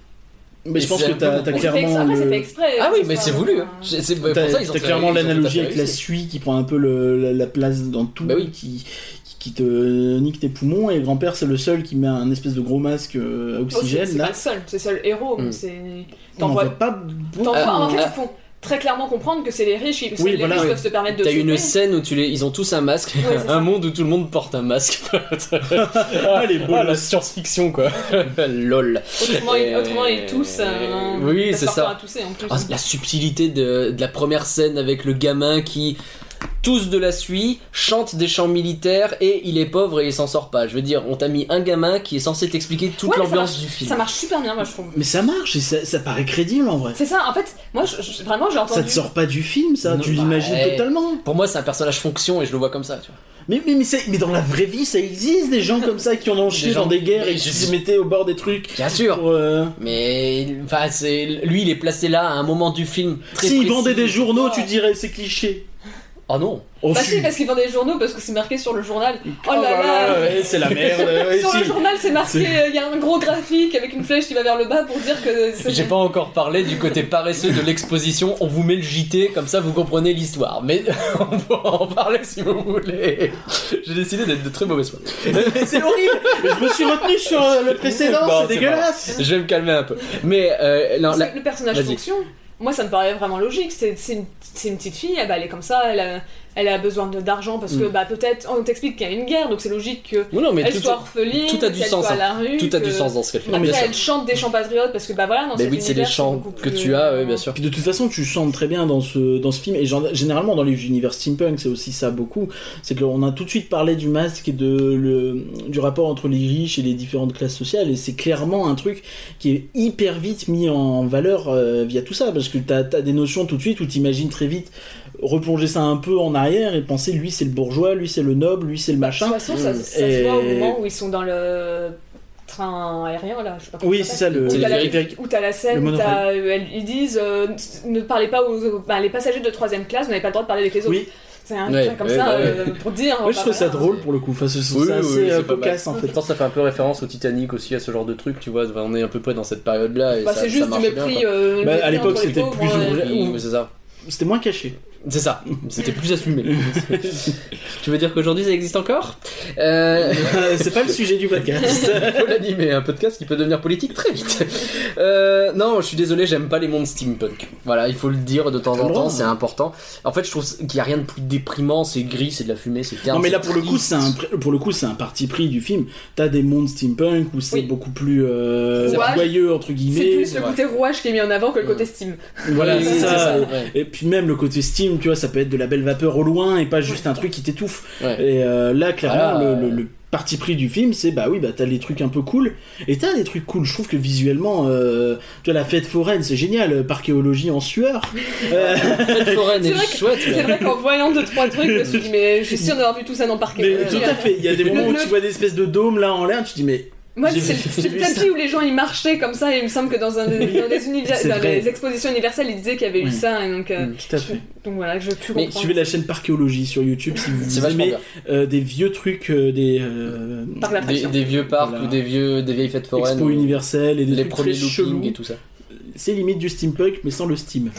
Mais je Et pense c'est que un t'as peu t'as bon. C'est fait exprès- clairement. Après, c'est le- fait exprès. Ah oui, mais ça, c'est voulu. euh, hein. C'est c'est- pour T'as ça ils ont t'as très- ils clairement ont tout à l'analogie fait avec la réussi. suie qui prend un peu le- la, la place dans tout, Bah oui. qui, qui, qui te nique tes poumons, et le grand-père c'est le seul qui met un espèce de gros masque euh, à Bon, c'est- oxygène C'est pas là. Hmm. le seul, c'est le seul héros. mais Mm. c'est- On T'en en vois voit pas beaucoup. T'en vois- Ah, en fait, ah. ils font. très clairement comprendre que c'est les riches qui, Oui, les voilà, riches oui. doivent se permettre de T'as une choper. scène où tu les... ils ont tous un masque, Ouais, c'est un ça. monde où tout le monde porte un masque. Ah, les boules. Ah, la science-fiction quoi. Lol. Autrement, ils, Euh, autrement, ils toussent. euh, oui, parce c'est qu'on ça. a toussé, en plus. Ah, la subtilité de, de la première scène avec le gamin qui tous de la suie chante des chants militaires et il est pauvre et il s'en sort pas. Je veux dire, on t'a mis un gamin qui est censé t'expliquer toute Ouais, mais ça l'ambiance marche- du film. Ça marche super bien, moi, je trouve. Mais ça marche, et ça, ça paraît crédible en vrai. C'est ça, en fait, moi, je- je- vraiment, j'ai entendu. Ça te sort pas du film, ça, Non, tu bah, l'imagines ouais. totalement. Pour moi, c'est un personnage fonction et je le vois comme ça. Tu vois. Mais, mais, mais, c'est- mais dans la vraie vie, ça existe des gens comme ça qui en ont chié gens- dans des guerres et Je qui sais. se mettaient au bord des trucs. Bien sûr. Pour, euh, Mais enfin, c'est lui, il est placé là à un moment du film. très S'ils précis. vendaient des journaux, tu dirais c'est cliché. Oh non. Oh, Bah si. si, parce qu'ils vendent des journaux, parce que c'est marqué sur le journal. Oh, Oh là là, là là, ouais, c'est la merde. ouais, Sur le si. journal, c'est C'est- marqué, euh, il y a un gros graphique avec une flèche qui va vers le bas pour dire que c'est. J'ai pas encore parlé du côté paresseux de l'exposition. On vous met le JT, comme ça vous comprenez l'histoire. Mais on pourra en parler si vous voulez. J'ai décidé d'être de très mauvaise foi. c'est horrible. Je me suis retenu sur euh, le précédent, Non, c'est c'est dégueulasse. Je vais me calmer un peu. Mais euh, non, Parce la- que le personnage Vas-y. fonction, moi ça me paraît vraiment logique. C'est c'est une, c'est une petite fille, eh ben, elle est comme ça, elle a, elle a besoin de- d'argent parce que bah, peut-être on t'explique qu'il y a une guerre, donc c'est logique que. non, non, Mm. mais elle tout, soit orpheline, tout a du qu'elle sens, soit à hein. la rue, tout a du que- sens dans ce qu'elle fait. Après, bien sûr. elle chante des chants patriotes parce que bah voilà, dans Mais cet oui, c'est les univers, chants beaucoup que plus- tu as, oui, bien sûr. Puis de toute façon, tu chantes très bien dans ce, dans ce film, et gen- généralement dans les univers steampunk, c'est aussi ça beaucoup. C'est que on a tout de suite parlé du masque et de, le, du rapport entre les riches et les différentes classes sociales, et c'est clairement un truc qui est hyper vite mis en valeur euh, via tout ça, parce que t'as as des notions tout de suite où t'imagines très vite replonger ça un peu en arrière et penser lui c'est le bourgeois, lui c'est le noble, lui c'est le De machin. toute façon, Mm. ça, ça Et- se voit au moment où ils sont dans le train aérien, là, je sais pas comment Oui, c'est ça le. Où t'as, le la, où t'as la scène, le où t'as- euh, elles- ils disent euh, ne parlez pas aux, aux- bah, les passagers de troisième classe, vous n'avez pas le droit de parler avec les autres. Oui. C'est un Ouais, truc comme ouais, ça bah ouais. euh, pour dire. Ouais, je bah, trouve ça voilà. drôle pour le coup. Enfin, c'est c'est Oui, oui, assez oui, euh, c'est pas cocasse en mal. fait. Je pense que ça fait un peu référence au Titanic aussi, à ce genre de truc, tu vois. On est à peu près dans cette période-là. et Bah, ça- c'est ça juste du marche bien, mépris. quoi. euh, le Bah, mépris à l'époque, entre les euh, c'était pauvres, plus ouais. ouvert. euh, Oui, c'est ça. C'était moins caché. C'est ça, c'était plus assumé. tu veux dire qu'aujourd'hui ça existe encore euh, c'est pas le sujet du podcast. Faut l'animer, un podcast qui peut devenir politique très vite. Euh, non, je suis désolé, j'aime pas les mondes steampunk. Voilà, il faut le dire de temps en Bon. temps, c'est important. En fait, je trouve qu'il y a rien de plus déprimant, c'est gris, c'est de la fumée, c'est terne. non mais là c'est pour le coup triste. c'est un pr- pour le coup c'est un parti pris du film. T'as des mondes steampunk où c'est Oui. beaucoup plus euh, Rouage. joyeux entre C'est guillemets. plus le côté rouage qui est mis en avant que le côté Steam. Voilà Oui, c'est oui, ça. ouais. Et puis même le côté steam, tu vois, ça peut être de la belle vapeur au loin et pas juste un truc qui t'étouffe. Ouais. Et euh, là clairement Voilà. le, le- le parti pris du film c'est bah oui bah t'as les trucs un peu cool et t'as des trucs cool. Je trouve que visuellement euh, tu vois la fête foraine c'est génial. euh, Parchéologie en sueur. Euh, Fred Foren C'est est vrai que- chouette. C'est vrai qu'en voyant deux trois trucs, je me suis dit mais je suis sûre d'avoir vu tout ça dans Parquet. Euh, Mais Ouais. tout à fait, il y a des moments où Le- tu vois des espèces de dômes là en l'air, tu te dis mais Moi, J'ai c'est vu- c'est j'ai le vu tapis ça. où les gens ils marchaient comme ça. Il me semble que dans, un, Oui. dans, les, univers- C'est dans vrai. les expositions universelles, ils disaient qu'il y avait eu Oui. ça. Et donc, euh, tout à fait. donc voilà, je plus Mais comprendre. Suivez la chaîne Parchéologie sur YouTube si C'est vous vachement aimez bien. euh, des vieux trucs, euh, des euh, Par la Des, pression. des vieux parcs Voilà. ou des, vieux, des vieilles fêtes foraines. expos ou- universels et des les trucs premiers très loopings chelous. et tout ça. C'est limite du steampunk mais sans le steam.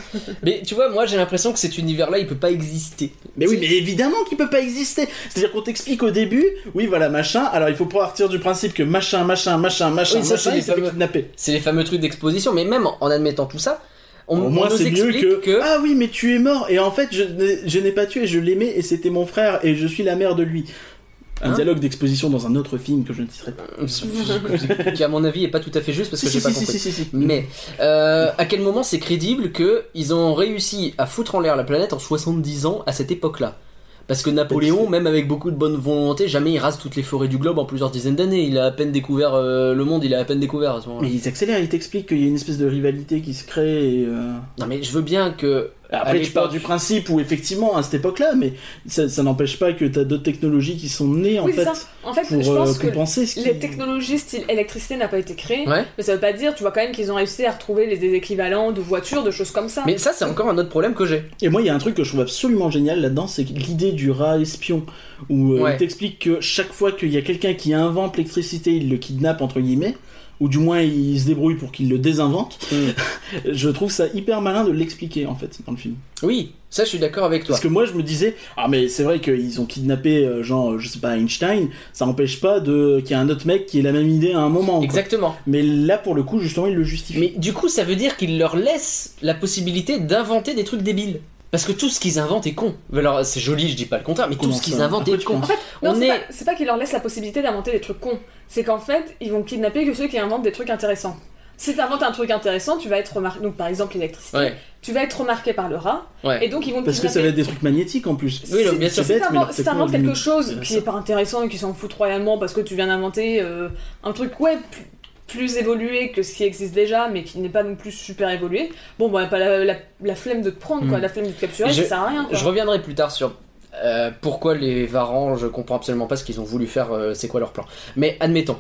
Mais tu vois, moi j'ai l'impression que cet univers-là il peut pas exister. Mais oui, mais évidemment qu'il peut pas exister. C'est-à-dire qu'on t'explique au début, oui voilà machin, alors il faut partir du principe que machin, machin, machin, machin, Oui, ça, c'est machin, les il s'est fait fameux- kidnapper. C'est les fameux trucs d'exposition, mais même en admettant tout ça, on, Au on moins nous c'est mieux explique que... que, ah oui mais tu es mort et en fait je n'ai- je n'ai pas tué, je l'aimais et c'était mon frère et je suis la mère de lui. Un Hein dialogue d'exposition dans un autre film que je ne citerai pas. qui à mon avis est pas tout à fait juste parce que Si, j'ai si, pas si, compris. si, si, si. Mais euh, à quel moment c'est crédible que ils ont réussi à foutre en l'air la planète en 70 ans à cette époque-là Parce que Napoléon, même avec beaucoup de bonne volonté, jamais il rase toutes les forêts du globe en plusieurs dizaines d'années. Il a à peine découvert euh, le monde, il a à peine découvert à ce moment-là. Mais ils accélèrent, ils t'expliquent qu'il y a une espèce de rivalité qui se crée. Et, euh, Non mais je veux bien que Après, tu l'époque- pars du principe où, effectivement, à cette époque-là, mais ça, ça n'empêche pas que tu as d'autres technologies qui sont nées, en Oui, c'est fait, ça. En fait, pour je pense euh, que compenser ce qui... les technologies style électricité n'a pas été créée. ouais. Mais ça veut pas dire, tu vois quand même qu'ils ont réussi à retrouver les des équivalents de voitures, de choses comme ça. Mais ça c'est encore un autre problème que j'ai. Et moi, il y a un truc que je trouve absolument génial là-dedans, c'est l'idée du rat espion, où euh, Ouais. il t'explique que chaque fois qu'il y a quelqu'un qui invente l'électricité, il le kidnappe, entre guillemets, ou du moins il se débrouille pour qu'il le désinvente. Mm. Je trouve ça hyper malin de l'expliquer en fait dans le film. Oui, ça je suis d'accord avec toi. Parce que moi je me disais, ah mais c'est vrai qu'ils ont kidnappé euh, genre je sais pas Einstein, ça n'empêche pas de qu'il y a un autre mec qui ait la même idée à un moment. quoi. Exactement. Mais là pour le coup justement il le justifie. Mais du coup, ça veut dire qu'il leur laisse la possibilité d'inventer des trucs débiles. Parce que tout ce qu'ils inventent est con. Alors, c'est joli, je dis pas le contraire, mais tout Comment ce qu'ils ça inventent Pourquoi est tu con. penses Non, On c'est est- pas, c'est pas qu'ils leur laissent la possibilité d'inventer des trucs cons. C'est qu'en fait, ils vont kidnapper que ceux qui inventent des trucs intéressants. Si t'inventes un truc intéressant, tu vas être remarqué. Donc, par exemple, l'électricité. Ouais, Tu vas être remarqué par le rat. ouais. Et donc, ils vont te Parce que ça va être des trucs magnétiques en plus. Oui, non, bien si sûr, si c'est bête, mais t'inventes- la si t'inventes techno, quelque chose elle qui est est pas intéressant et qui s'en fout royalement parce que tu viens d'inventer euh, un truc, ouais, plus, plus évolué que ce qui existe déjà, mais qui n'est pas non plus super évolué, bon, bah, pas la, la- la flemme de te prendre, quoi, Mm. la flemme de te capturer, Je- ça sert à rien, quoi. Je reviendrai plus tard sur euh, pourquoi les Varans, je comprends absolument pas ce qu'ils ont voulu faire, euh, c'est quoi leur plan. Mais admettons.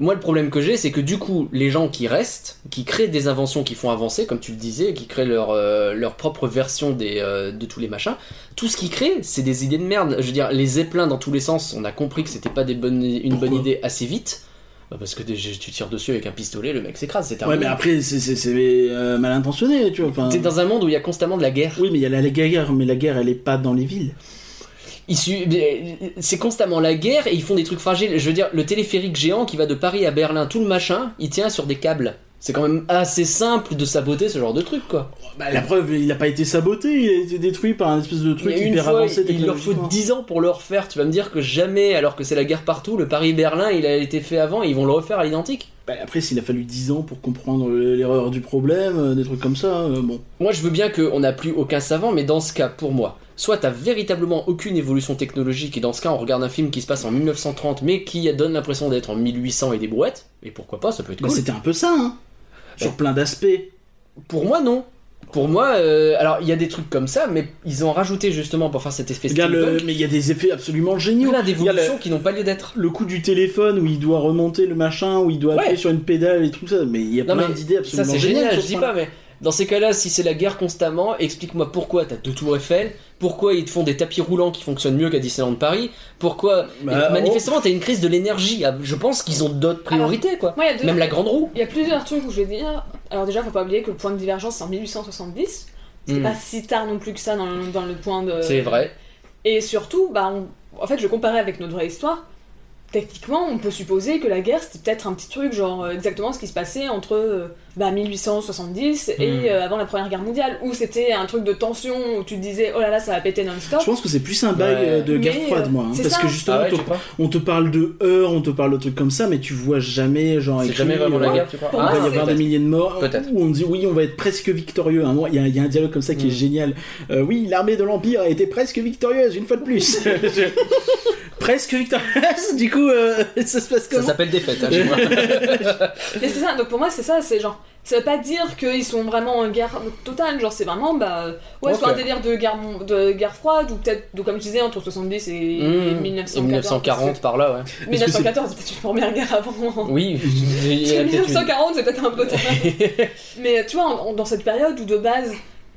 Moi, le problème que j'ai, c'est que du coup, les gens qui restent, qui créent des inventions qui font avancer, comme tu le disais, qui créent leur, euh, leur propre version des, euh, de tous les machins, tout ce qu'ils créent, c'est des idées de merde. Je veux dire, les zeppelins dans tous les sens, on a compris que c'était pas des bonnes, une Pourquoi bonne idée assez vite. Bah, Parce que des- tu tires dessus avec un pistolet, le mec s'écrase, c'est Ouais, terminé. mais après, c'est- c'est c'est, euh, mal intentionné, tu vois. Enfin, T'es dans un monde où il y a constamment de la guerre. Oui, mais il y a la la guerre, mais la guerre, elle est pas dans les villes. Ils su- C'est constamment la guerre et ils font des trucs fragiles. Je veux dire, le téléphérique géant qui va de Paris à Berlin, tout le machin, il tient sur des câbles. C'est quand même assez simple de saboter ce genre de truc, quoi. Bah, la preuve, il a pas été saboté, il a été détruit par un espèce de truc Mais une hyper fois, avancé il leur faut technologiquement. 10 ans pour le refaire. Tu vas me dire que jamais, alors que c'est la guerre partout, le Paris-Berlin, il a été fait avant et ils vont le refaire à l'identique. Bah, après, s'il a fallu 10 ans pour comprendre le- l'erreur du problème, euh, des trucs comme ça, euh, bon. Moi, je veux bien qu'on n'a plus aucun savant, mais dans ce cas, pour moi, soit t'as véritablement aucune évolution technologique, et dans ce cas, on regarde un film qui se passe en 1930, mais qui donne l'impression d'être en 1800 et des brouettes, et pourquoi pas, ça peut être Bah, cool. C'était un peu ça, hein. Sur plein d'aspects. Pour moi, non. Pour moi, euh, alors il y a des trucs comme ça, mais ils ont rajouté justement pour faire cet effet Regarde, le- steampunk, mais il y a des effets absolument géniaux. plein Regarde, d'évolutions le- qui n'ont pas lieu d'être. Le coup du téléphone où il doit remonter le machin, où il doit appuyer Ouais. sur une pédale et tout ça, mais il y a Non, plein mais d'idées Ça, absolument c'est géniales. génial, sur je ce dis point-là. pas, mais dans ces cas-là, si c'est la guerre constamment, explique-moi pourquoi t'as deux tours Eiffel, pourquoi ils te font des tapis roulants qui fonctionnent mieux qu'à Disneyland Paris, pourquoi. Bah, Et manifestement, t'as une crise de l'énergie. Ah, Je pense qu'ils ont d'autres priorités, quoi. Moi, il y a deux- Même la grande roue. Il y a plusieurs trucs où je vais dire. Alors, déjà, faut pas oublier que le point de divergence, c'est en 1870. C'est Hmm. pas si tard non plus que ça dans le, dans le point de. C'est vrai. Et surtout, bah, on- en fait, je comparais avec notre vraie histoire. Techniquement, on peut supposer que la guerre, c'était peut-être un petit truc, genre euh, exactement ce qui se passait entre euh, bah, 1870 Hmm. et euh, avant la Première Guerre mondiale, où c'était un truc de tension, où tu te disais, oh là là, ça va péter non-stop. Je pense que c'est plus un bail Ouais. euh, de guerre Mais, froide, euh, moi. hein, c'est parce ça. que Ah justement, ouais, on, tu te, crois on te parle de heures, on te parle de trucs comme ça, mais tu vois jamais, genre, C'est écrit, jamais vraiment la euh, guerre, tu crois Pour Il Ah, moi, va y c'est avoir des peut-être. milliers de morts. Peut-être. Où on dit oui, on va être presque victorieux. hein. Il y, a- il y a un dialogue comme ça qui Mm. est génial. Euh, oui, l'armée de l'Empire a été presque victorieuse, une fois de plus. Je- presque victorieuse, du coup, euh, ça se passe Ça comment s'appelle défaite, hein, chez moi. Mais c'est ça, donc pour moi, c'est ça, c'est genre. Ça veut pas dire qu'ils sont vraiment en guerre totale, genre c'est vraiment, bah. euh, Ouais, soit un Ok. délire de guerre, mon- de guerre froide, ou peut-être, donc comme je disais, entre 70 et Mmh. 1940. Et 1940 par là, ouais. parce que 1914, c'est peut-être une première guerre avant. Oui, il y a peut-être une- 1940, c'est peut-être un peu tard. Mais tu vois, en- en- dans cette période où de base,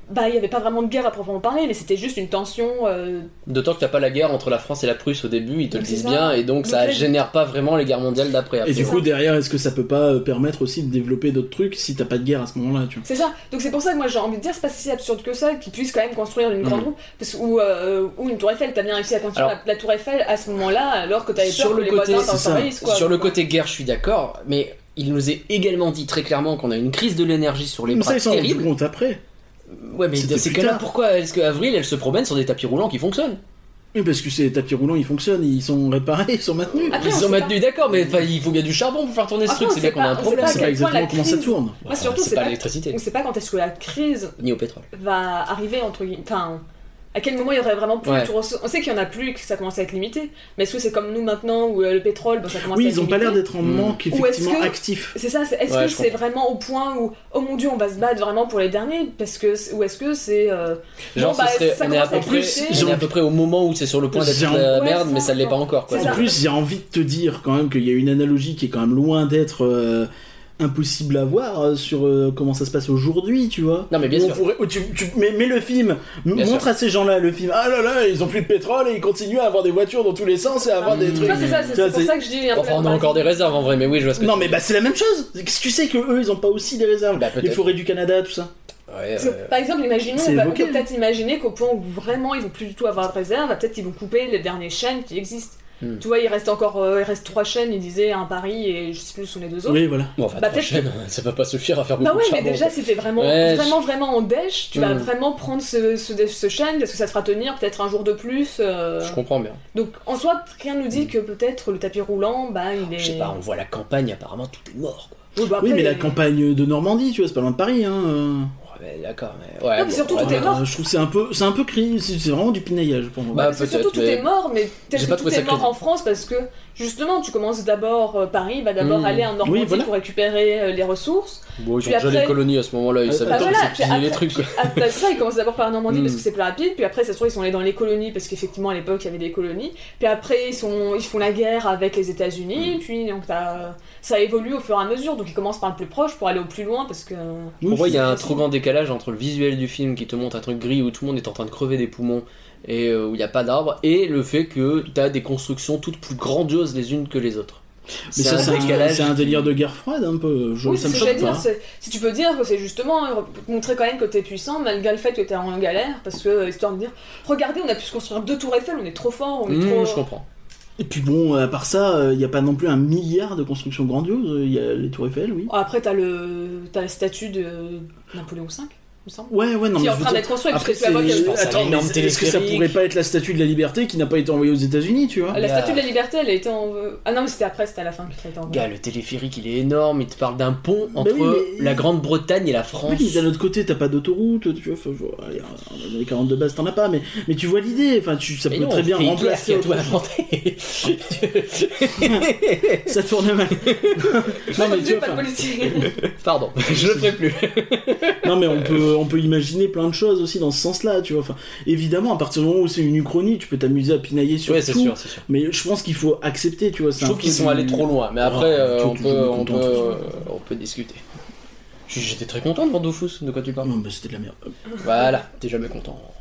bah, il n'y avait pas vraiment de guerre à proprement parler, mais c'était juste une tension. euh, D'autant que t'as pas la guerre entre la France et la Prusse au début, ils te le C'est disent ça. bien, et donc Donc ça les- génère pas vraiment les guerres mondiales d'après. Et après. du coup, derrière, est-ce que ça peut pas euh, permettre aussi de développer d'autres trucs si t'as pas de guerre à ce moment-là, tu vois C'est ça. Donc c'est pour ça que moi j'ai envie de dire, c'est pas si absurde que ça qu'ils puissent quand même construire une Mhm. grande roue. Parce que- ou, euh, ou une tour Eiffel, t'as bien réussi à construire Alors- la, la tour Eiffel à ce moment-là, alors que t'avais Sur peur le que les côté- voisins c'est ça. t'envahissent, quoi. Sur le côté guerre, je suis d'accord, mais il nous est également dit très clairement qu'on a une crise de l'énergie sur les Mais ça, bras ils s'en rendent terrible. compte après. Ouais, mais C'était c'est plus que là, tard. pourquoi est-ce que Avril, elle se promène sur des tapis roulants qui fonctionnent Oui, parce que ces tapis roulants, ils fonctionnent, ils sont réparés, ils sont maintenus. Après, Ils on sont sait maintenus d'accord, mais enfin, il faut bien du charbon pour faire tourner ce Après, truc, on Ah, c'est bien sait qu'on a pas- un on sait problème. pas C'est pas quel point la exactement comment ça crise- tourne. Moi, surtout, c'est pas pas- l'électricité, On sait pas quand est-ce que la crise ni au pétrole. va arriver entre guillemets. Enfin, à quel moment il y aurait vraiment plus Ouais. de tours au sol On sait qu'il y en a plus et que ça commence à être limité. Mais est-ce que c'est comme nous maintenant où euh, le pétrole, bon, ça commence Oui, à être ils ont pas l'air limité d'être en Mm. manque Ou est-ce effectivement que- actif. C'est ça, c'est- est-ce Ouais, que je c'est comprends. vraiment au point où, oh mon dieu, on va se battre vraiment pour les derniers parce que, c'est- Ou est-ce que c'est. euh, Genre, bon, bah, ce serait- ça on est à commence peu être près, limité. on est à peu près au moment où c'est sur le point d'être J'ai de envie- la Ouais, merde, ça, mais ça l'est pas encore. quoi. C'est En ça. plus, j'ai envie de te dire quand même qu'il y a une analogie qui est quand même loin d'être euh, impossible à voir euh, sur euh, comment ça se passe aujourd'hui, tu vois. Non, mais bien Où on sûr. pourrait- où tu, tu- mais, mais le film, m- Bien montre sûr. à ces gens-là le film. Ah là là, ils ont plus de pétrole et ils continuent à avoir des voitures dans tous les sens et à avoir des Mmh. Tu trucs. vois, c'est ça, c'est Tu vois, c'est pour c'est- ça que je dis. un peu Enfin, on a la encore des comparaison. réserves en vrai, mais oui, je vois ce que Non tu mais veux bah c'est la même chose. Qu'est-ce que tu sais que eux ils ont pas aussi des réserves Bah, peut-être. Les forêts du Canada, tout ça. dire. Ouais, Parce que, euh, par exemple, imaginons, C'est on va- on peut évoqué. peut-être imaginer qu'au point où vraiment ils vont plus du tout avoir de réserve, bah, peut-être ils vont couper les dernières chaînes qui existent. Hmm. Tu vois, il reste encore euh, il reste trois chaînes, ils disaient un Paris et je sais plus où sont les deux autres. Oui voilà. Bon, enfin, Bah, trois peut-être chaînes, ça va pas suffire à faire beaucoup Bah ouais, de mais charbon, déjà, quoi. si t'es vraiment, Ouais, vraiment, vraiment en dèche, tu vas Hmm. vraiment prendre ce, ce, ce chaîne parce que ça te fera tenir peut-être un jour de plus. euh. Je comprends bien. Donc en soi, rien nous dit que peut-être le tapis roulant, bah il est. Je sais pas, on voit la campagne, apparemment tout est mort. Quoi. Oui, bah, Oui après, mais la il- campagne de Normandie, tu vois, c'est pas loin de Paris. Hein. euh. Ouais, mais d'accord, mais. Ouais, Non, mais Ah, surtout, tout est ouais. mort. je trouve que c'est un peu, c'est un peu cri- c'est c'est vraiment du pinaillage pour moi. Bah, Parce que surtout tout mais- est mort, mais J'ai peut-être pas que tout trouvé ça est mort crédible. en France parce que justement tu commences d'abord euh, Paris, va d'abord Mm. aller en Normandie Oui, voilà. pour récupérer euh, les ressources. Bon, ils ont Puis déjà les après- Ah, colonies à ce moment-là, ils Bah, savent bah, pas voilà, c'est puis piller les après- trucs. quoi. Après ça, ils commencent d'abord par la Normandie Mm. parce que c'est plus rapide, puis après ça se trouve ils sont allés dans les colonies parce qu'effectivement à l'époque il y avait des colonies, puis après ils, sont, ils font la guerre avec les Hmm. États-Unis, puis donc t'as- ça évolue au fur et à mesure, donc ils commencent par le plus proche pour aller au plus loin parce que. Oui, On voit, c'est- il y a un trop grand décalage entre le visuel du film qui te montre un truc gris où tout le monde est en train de crever des poumons et euh, où il n'y a pas d'arbres, et le fait que t'as des constructions toutes plus grandioses les unes que les autres. Mais ça, c'est un, c'est un délire de guerre froide un peu. Je- oui, c'est ça me ce que choque j'allais pas. dire. c'est- Si tu peux dire que c'est justement euh, montrer quand même que t'es puissant malgré le fait que t'es en galère, parce que euh, histoire de dire, regardez, on a pu se construire deux tours Eiffel, on est trop fort, on est Mmh, je trop. comprends. Et puis bon, à part ça, euh, il n'y a pas non plus un milliard de constructions grandioses. euh, Il y a les tours Eiffel, oui. euh, Après, t'as le, t'as la statue de Napoléon V, il me semble, Ouais, ouais, non, qui est mais en je veux train dire- d'être construite. Parce que Après, tu vas voir c'est- qu'il y a- pense à Attends, mais l'énorme est-ce que ça téléphérique. pourrait pas être la statue de la liberté qui n'a pas été envoyée aux États-Unis, tu vois la statue Gars. de la liberté, elle a été en. Ah non, mais c'était après, c'était à la fin qu'elle a été en. Gars, le téléphérique il est énorme, il te parle d'un pont Bah entre oui, mais- la Grande-Bretagne et la France. Oui, d'un autre côté, t'as pas d'autoroute, tu vois. Enfin, je vois, allez, dans les 42 bases, t'en as pas, mais, mais tu vois l'idée. Enfin, tu, ça Mais peut non, très bien c'est Hitler remplacer. qui a tout autre- inventé. Ça tourne mal. non, mais tu vois, pas de enfin, politique. Pardon, je le ferai plus. Non mais on peut on peut imaginer plein de choses aussi dans ce sens-là, tu vois. Enfin, évidemment, à partir du moment où c'est une uchronie, tu peux t'amuser à pinailler sur Ouais, c'est tout. sûr, c'est sûr. Mais je pense qu'il faut accepter, tu vois. c'est Je un trouve peu qu'ils sont du- allés trop loin, mais après, Ah, euh, tu- on, tu- peut, tu- on, tu- peut, tu- euh, on peut discuter. J- J'étais très content de voir Dofus, de quoi tu parles. Non, bah, c'était de la merde. Voilà, t'es jamais content.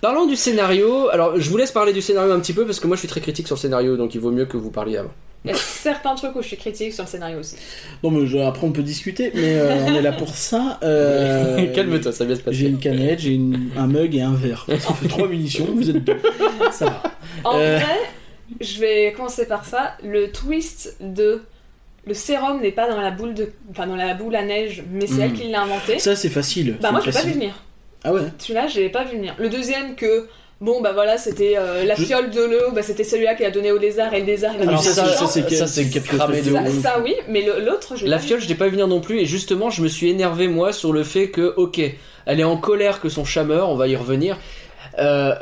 Parlons du scénario. Alors, je vous laisse parler du scénario un petit peu parce que moi je suis très critique sur le scénario, donc il vaut mieux que vous parliez avant. Il y a certains trucs où je suis critique sur le scénario aussi. Non mais je- après on peut discuter, mais euh, on est là pour ça. Euh, Calme-toi, ça va bien se J'ai passer. une canette, j'ai une- un mug et un verre. Ça fait trois munitions, vous êtes deux. Ça va. En Euh. vrai, je vais commencer par ça. Le twist de le sérum n'est pas dans la boule de, enfin dans la boule à neige, mais c'est elle Mm. qui l'a inventé. Ça c'est facile. bah c'est moi, je l'ai pas vu facile. venir. Ah ouais. Celui-là, je l'ai pas vu venir. Le deuxième que bon bah voilà, c'était euh, la Je- fiole de l'eau, bah c'était celui-là qui a donné au lézard et le lézard. Il a Ah, Alors donné mais ça, au ça, serpent. c'est- ça, c'est cramé de ça, ouf. ça, oui, mais le- l'autre, je l'ai La pas vu. fiole, je l'ai pas vu venir non plus, et justement, je me suis énervé moi sur le fait que, ok, elle est en colère que son chameur, on va y revenir. euh,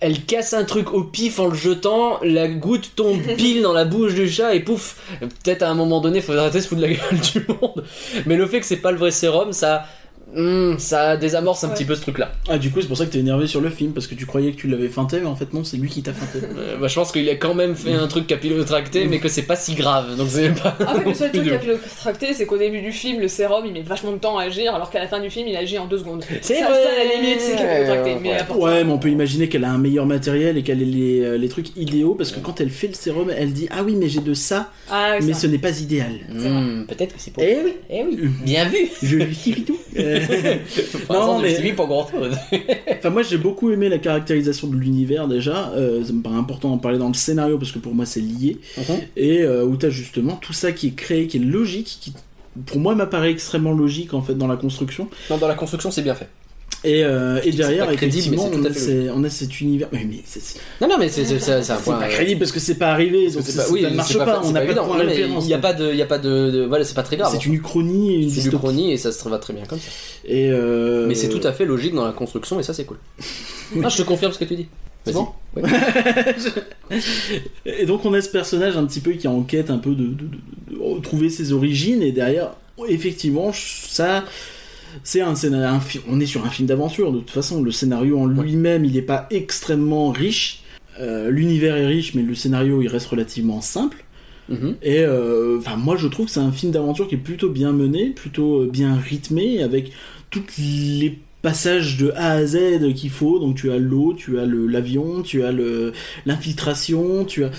elle casse un truc au pif en le jetant, la goutte tombe pile dans la bouche du chat et pouf. Peut-être à un moment donné, faudrait arrêter de se foutre de la gueule du monde. Mais le fait que c'est pas le vrai sérum, ça, hmm, ça désamorce un Ouais. petit peu ce truc-là. Ah du coup c'est pour ça que t'es énervé sur le film parce que tu croyais que tu l'avais feinté, mais en fait non, c'est lui qui t'a feinté. Euh, bah, je pense qu'il a quand même fait un truc capillotracté, mais que c'est pas si grave. Donc c'est pas. Ah oui, le seul truc non qui a pu le tracter, c'est qu'au début du film, le sérum, il met vachement de temps à agir, alors qu'à la fin du film, il agit en deux secondes. C'est ça, vrai. ça, à la limite, c'est qu'il a pu le tracter. Mais Ouais. à part ça- Ouais, mais on peut imaginer qu'elle a un meilleur matériel et qu'elle ait les, euh, les trucs idéaux parce que quand elle fait le sérum, elle dit Ah oui, mais j'ai de ça, Ah, oui, mais ça. ce n'est pas idéal. C'est vrai. Hmm, Peut-être que c'est pour. Eh oui, Eh oui, bien vu. je justifie tout. Euh, Par Non, exemple, mais- Stevie, pas grand chose. Enfin, moi j'ai beaucoup aimé la caractérisation de l'univers déjà. Euh, ça me paraît important d'en parler dans le scénario parce que pour moi c'est lié. Mhm. Et euh, où t'as justement tout ça qui est créé, qui est logique, qui pour moi m'apparaît extrêmement logique en fait dans la construction. Non, dans la construction, c'est bien fait. Et, euh, et derrière, pas crédible, mais effectivement, c'est tout on à a, fait ces- on a cet univers. Mais, mais c'est c'est Non, non, mais c'est c'est- c'est- c'est un point. pas crédible parce que c'est pas arrivé, parce donc que ça- ça ne marche c'est pas. on c'est n'a pas de évident. point Non, de mais référence. Il n'y a pas de, il y a pas de, de- voilà, c'est pas très grave. hein. C'est une uchronie, une C'est une dystopie. chronie et ça se va très bien comme ça. Et euh, Mais c'est tout à fait logique dans la construction et ça c'est cool. Ah, je te confirme ce que tu dis. C'est Vas-y. bon Ouais. Et donc on a ce personnage un petit peu qui enquête un peu de, de- de- de retrouver ses origines et derrière, effectivement, ça. C'est un scénario, un fi- on est sur un film d'aventure de toute façon. Le scénario en Ouais. lui-même, il n'est pas extrêmement riche. Euh, L'univers est riche, mais le scénario il reste relativement simple. Mhm. Et euh, enfin, moi, je trouve que c'est un film d'aventure qui est plutôt bien mené, plutôt euh, bien rythmé, avec toutes les passages de A à Z qu'il faut. Donc, tu as l'eau, tu as le- l'avion, tu as le- l'infiltration, tu as,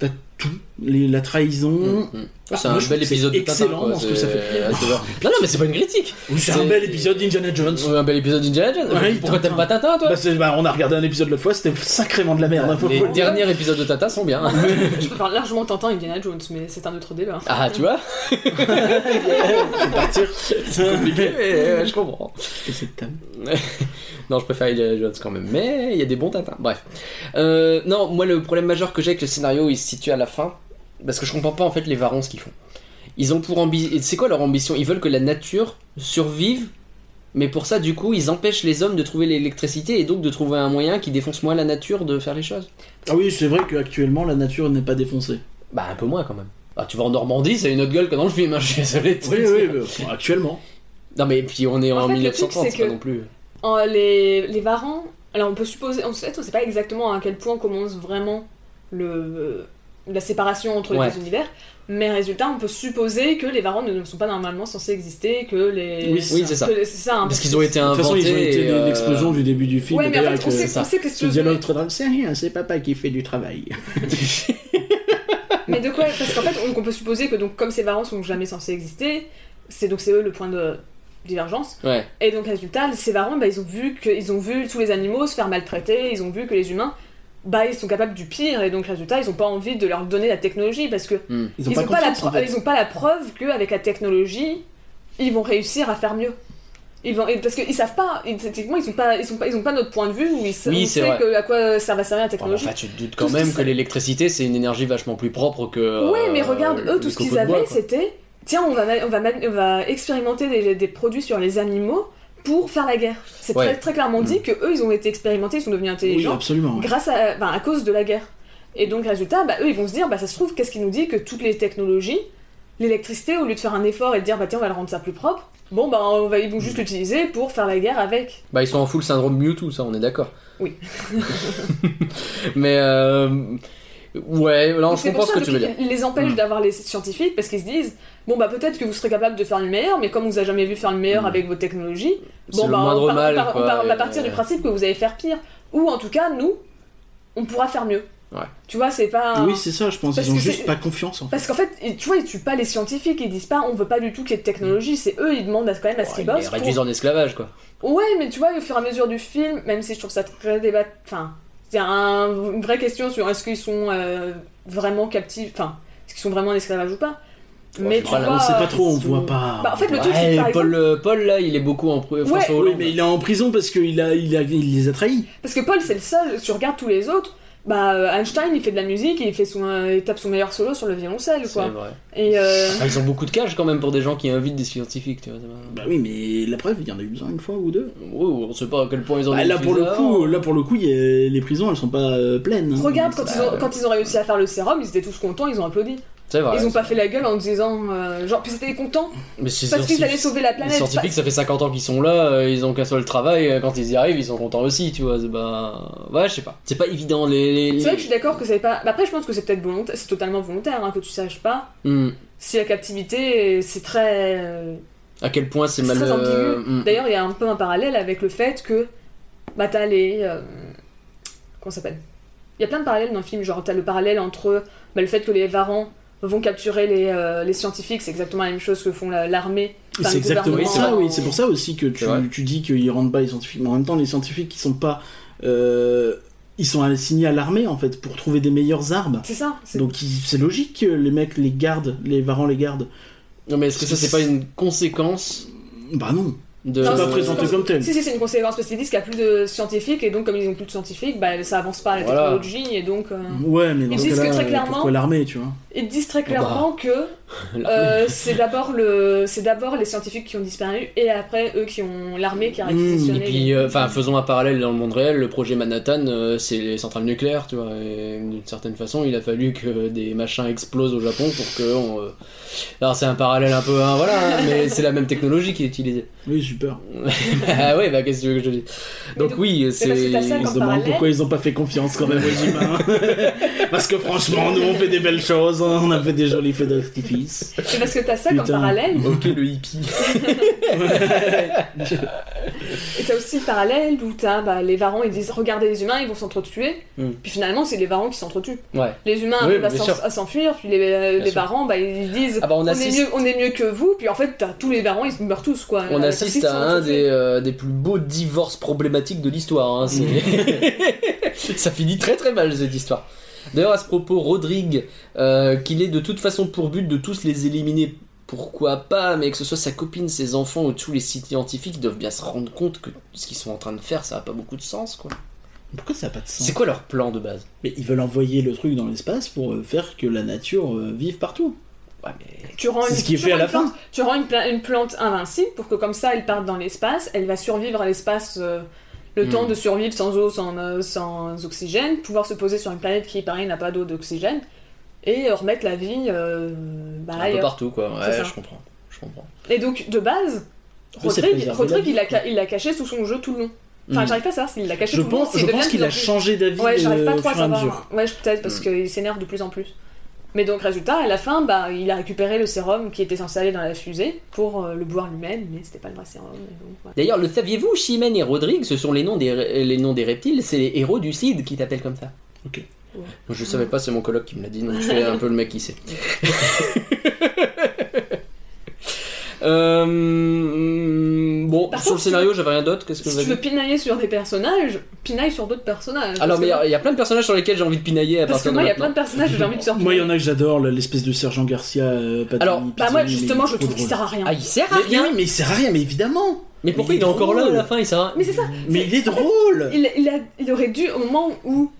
t'as tout, Les- la trahison. Mhm. Ah, c'est Moi, un je trouve bel que c'est épisode de excellent Tintin, quoi, dans ce que ça c'est- fait. à te voir. Non, non, mais c'est pas une critique. C'est un C'est- bel épisode d'Indiana Jones. Ouais, Un bel épisode d'Indiana Jones. Ouais, Pourquoi Tintin. t'aimes pas Tintin, toi Bah, c'est- bah, on a regardé un épisode l'autre fois, c'était sacrément de la merde. hein, faut- faut Les le dire. derniers épisodes de Tintin sont bien. hein. Je préfère largement Tintin et Indiana Jones, mais c'est un autre débat. Ah, tu vois Je vais partir. Compliqué, mais euh, je comprends. Qu'est-ce que c'est que t'as Non, je préfère Indiana Jones quand même, mais il y a des bons Tintins. Bref. Euh, non, moi, le problème majeur que j'ai avec le scénario, il se situe à la fin. Parce que je comprends pas en fait les varons ce qu'ils font. Ils ont pour ambition. C'est quoi leur ambition Ils veulent que la nature survive, mais pour ça, du coup, ils empêchent les hommes de trouver l'électricité et donc de trouver un moyen qui défonce moins la nature de faire les choses. Ah oui, c'est vrai qu'actuellement la nature n'est pas défoncée. Bah, un peu moins quand même. Ah, tu vas en Normandie, c'est une autre gueule que dans le film, hein, je suis désolé. de te dire. mais- bon, actuellement. Non, mais puis on est en, En fait, le truc, 1930, c'est c'est pas que- non plus. En, les, les varans, alors on peut supposer, en fait, on sait pas exactement à quel point commence vraiment le, la séparation entre les Ouais. deux univers, mais résultat, on peut supposer que les varans ne ne sont pas normalement censés exister, que les. Oui, Oui, c'est ça. que les- c'est ça. hein, Parce qu'ils que ont été De toute inventés. façon, ils ont été et, euh, l'explosion du début du film. Ouais, mais en d'ailleurs, fait, on avec, euh, sait, on sait que Ce dialogue très drôle, c'est rien, hein, c'est papa qui fait du travail. Mais de quoi Parce qu'en fait, on, on peut supposer que donc comme ces varans sont jamais censés exister, c'est donc c'est eux le point de divergence. Ouais. Et donc résultat, ces varans, bah, ils ont vu que ils ont vu tous les animaux se faire maltraiter, ils ont vu que les humains, bah ils sont capables du pire et donc résultat, ils ont pas envie de leur donner la technologie parce que ils ont, pas, la confiance, en preu- fait. ils ont pas la preuve qu'avec la technologie, ils vont réussir à faire mieux. Ils vont, et- parce qu'ils savent pas, ils- techniquement ils, sont pas, ils, sont pas, ils ont pas notre point de vue où ils sa- Oui, on c'est sait vrai. que- à quoi ça va servir Enfin, la bon, technologie. enfin, tu te doutes Tout quand ce qui même que sait- l'électricité, c'est une énergie vachement plus propre que. euh, Ouais, mais regarde, eux, tout le ce qu'ils copeau de bois, avaient, quoi. c'était tiens, on va, ma- on va, ma- on va expérimenter des, des produits sur les animaux pour faire la guerre. C'est Ouais. Mm. très, très clairement dit que eux, ils ont été expérimentés, ils sont devenus Oui, intelligents absolument. grâce à, enfin, à cause de la guerre. Et donc, résultat, bah, eux, ils vont se dire bah, ça se trouve, qu'est-ce qui nous dit que toutes les technologies, l'électricité, au lieu de faire un effort et de dire bah tiens, on va le rendre ça plus propre, bon, bah, on va, ils vont Mm. juste l'utiliser pour faire la guerre avec. Bah, ils sont en full syndrome Mewtwo, ça, on est d'accord. Oui. mais. Euh... Ouais, non, Donc, je c'est pour comprends ce ça que tu veux qu'ils- dire. ils les empêchent Mm. d'avoir les scientifiques parce qu'ils se disent bon bah peut-être que vous serez capable de faire le meilleur mais comme on vous a jamais vu faire le meilleur Mm. avec vos technologies C'est bon le bah on, moindre part- on mal, part- on quoi, part- on va et- euh, partir du principe que vous allez faire pire ou en tout cas nous on pourra faire mieux. Ouais. Tu vois c'est pas Oui, c'est ça, je pense. Parce Ils ont que juste c'est- pas confiance en fait. parce qu'en fait, ils- tu vois, ils tuent pas les scientifiques, ils disent pas on veut pas du tout qu'il y ait de technologie, c'est eux, ils demandent à, quand même à ce Ouais, qu'ils ils les bossent. pour- réduisent en esclavage, quoi. Ouais, mais tu vois, au fur et à mesure du film, même si je trouve ça très débat. Enfin, c'est un- une vraie question sur est-ce qu'ils sont euh, vraiment captifs, enfin, est-ce qu'ils sont vraiment en esclavage ou pas. Ouais, mais je tu crois, là, vois. On sait pas trop, on ils voit sont- pas. Bah, en fait, le truc, Ouais, c'est que, par Paul, euh, Paul, là, il est beaucoup en. pro- François Oui, Hollande. mais il est en prison parce qu'il a, il a, il les a trahis. Parce que Paul, c'est le seul, tu regardes tous les autres. Bah, euh, Einstein, il fait de la musique, il, fait son, euh, il tape son meilleur solo sur le violoncelle, C'est quoi. vrai. Et euh, Enfin, ils ont beaucoup de cash quand même pour des gens qui invitent des scientifiques, tu vois. c'est pas- Bah oui, mais la preuve, il y en a eu besoin une fois ou deux. Ouais, on sait pas à quel point ils en ont Bah, là, pour le utilisé coup, avant. là pour le coup, il y a- les prisons, elles sont pas euh, pleines. hein. regarde, quand, Bah, ils ont, quand ils ont réussi à faire le sérum, ils étaient tous contents, ils ont applaudi. C'est vrai. ils ont pas fait la gueule en disant. euh, genre, puis ils étaient contents Mais c'est parce qu'ils scientif- allaient sauver la bah, Les planète. scientifiques, ça fait 50 ans qu'ils sont là, euh, ils ont qu'un seul travail, euh, quand ils y arrivent, ils sont contents aussi, tu vois. c'est- Bah, ouais, je sais pas. C'est pas évident, les. les- C'est vrai que je suis d'accord que ça n'est pas. bah Après, je pense que c'est peut-être volontaire, c'est totalement volontaire hein, que tu saches pas Hmm. si la captivité, euh, c'est très. euh, À quel point c'est C'est mal. très ambigu. euh, hmm. D'ailleurs, il y a un peu un parallèle avec le fait que. Bah, t'as les. euh, Comment ça s'appelle Il y a plein de parallèles dans le film. Genre, t'as le parallèle entre bah, le fait que les varans vont capturer les, euh, les scientifiques, c'est exactement la même chose que font la- l'armée. Enfin, c'est le exactement gouvernement. ça, oui. C'est pour ça aussi que tu, C'est vrai. tu dis qu'ils rentrent pas les scientifiques. Mais en même temps, les scientifiques, qui sont pas. euh, ils sont assignés à l'armée, en fait, pour trouver des meilleures armes. C'est ça. c'est- Donc ils- c'est logique que les mecs les gardent, les varans les gardent. Non, mais est-ce que ça, c'est pas une conséquence Bah non. de. Non, C'est pas c'est- présenté c'est- comme tel. Si, si, c'est une conséquence parce qu'ils disent qu'il n'y a plus de scientifiques et donc, comme ils n'ont plus de scientifiques, bah, ça avance pas la Voilà. technologie et donc. euh, Ouais, mais Ils dans ce disent que cas-là, très euh, clairement- pourquoi l'armée, tu vois Ils disent très Bah. clairement que Euh, c'est d'abord le, c'est d'abord les scientifiques qui ont disparu et après eux qui ont l'armée qui a Mmh, Hmm, Et réquisitionné. puis, les- euh, enfin, faisons un parallèle dans le monde réel, le projet Manhattan, euh, c'est les centrales nucléaires, tu vois. et D'une certaine façon, il a fallu que des machins explosent au Japon pour que. on, euh, Alors, c'est un parallèle un peu. hein, voilà, hein, mais c'est la même technologie qui est utilisée. Oui, j'ai peur. ah ouais, bah, qu'est-ce que tu veux que je dise Mais Donc, donc, bah, oui, c'est parce que c'est. t'as ça On comme se demande parallèle. pourquoi ils ont pas fait confiance quand même aux humains. Parce que franchement, nous on fait des belles choses, hein, on a fait des jolis feux d'artifice. C'est parce que t'as ça Putain. comme parallèle Ok, le hippie. Et t'as aussi le parallèle où t'as bah, les varans, ils disent regardez les humains, ils vont s'entretuer. Mm. Puis finalement, c'est les varans qui s'entretuent. Ouais. Les humains Oui, arrivent à bien s'en- sûr. à s'enfuir, puis les, Bien les sûr. varans, bah, ils disent Ah bah, on on, assiste- est mieux, on est mieux que vous, puis en fait, t'as tous les varans, ils meurent tous quoi. On Euh, assiste parce qu'ils à un s'entretuent. des, euh, des plus beaux divorces problématiques de l'histoire. hein, c'est- Ça finit très très mal cette histoire. D'ailleurs, à ce propos, Rodrigue, euh, qu'il est de toute façon pour but de tous les éliminer. Pourquoi pas, mais que ce soit sa copine, ses enfants ou tous les scientifiques doivent bien se rendre compte que ce qu'ils sont en train de faire, ça n'a pas beaucoup de sens, quoi. Pourquoi ça a pas de sens C'est quoi leur plan de base Mais ils veulent envoyer le truc dans l'espace pour euh, faire que la nature euh, vive partout. Ouais, mais... Tu rends C'est une, ce qui est tu fait rends à la une plante, Tu rends une, pla- une plante invincible pour que comme ça, elle parte dans l'espace, elle va survivre à l'espace. euh, le Mm. Hmm. temps de survivre sans eau, sans, euh, sans oxygène, pouvoir se poser sur une planète qui, pareil, n'a pas d'eau d'oxygène, et euh, remettre la vie euh, bah, Un peu ailleurs. partout, quoi. C'est Ouais, ça. je comprends. Je comprends. Et donc, de base, Eux, c'est Rodrigue, préserver Rodrigue, la vie, il, a, quoi. Hmm. ca- il l'a caché sous son jeu tout le long. Enfin, Mm. j'arrive pas à savoir s'il l'a caché Je tout le long. pense, s'il je devient pense de qu'il plus en a plus- changé d'avis Ouais, j'arrive pas euh, au trop à fur et à savoir. mesure. Ouais, je- peut-être parce Mm. qu'il s'énerve de plus en plus. Mais donc, résultat, à la fin, bah, il a récupéré le sérum qui était censé aller dans la fusée pour euh, le boire lui-même, mais c'était pas le vrai sérum. et donc, voilà. D'ailleurs, le saviez-vous, Chimène et Rodrigue, ce sont les noms des, les noms des reptiles, c'est les héros du Cid qui t'appellent comme ça. Ok. Ouais. Je savais pas, c'est mon colloque qui me l'a dit, donc je fais un peu le mec qui sait. Euh, bon, Par sur contre, le scénario, j'avais rien d'autre. Qu'est-ce que Si vous tu avez veux pinailler sur des personnages, pinaille sur d'autres personnages. Alors, Parce mais que moi- il y, a plein de personnages sur lesquels j'ai envie de pinailler à parce que partir moi, de il y a maintenant. plein de personnages que j'ai envie de surprendre. Moi, il y en a que j'adore, là, l'espèce de Sergent Garcia. euh, Patoni, Alors, Bah, Pitoni, moi, mais justement, il je est trop trouve qu'il drôle. sert à rien. Ah, il sert à Mais, mais rien. oui, mais il sert à rien, mais évidemment Mais pourquoi Mais il est encore là à drôle. la fin Il sert à- Mais c'est ça, Mais il est drôle il, il, a- il aurait dû au moment où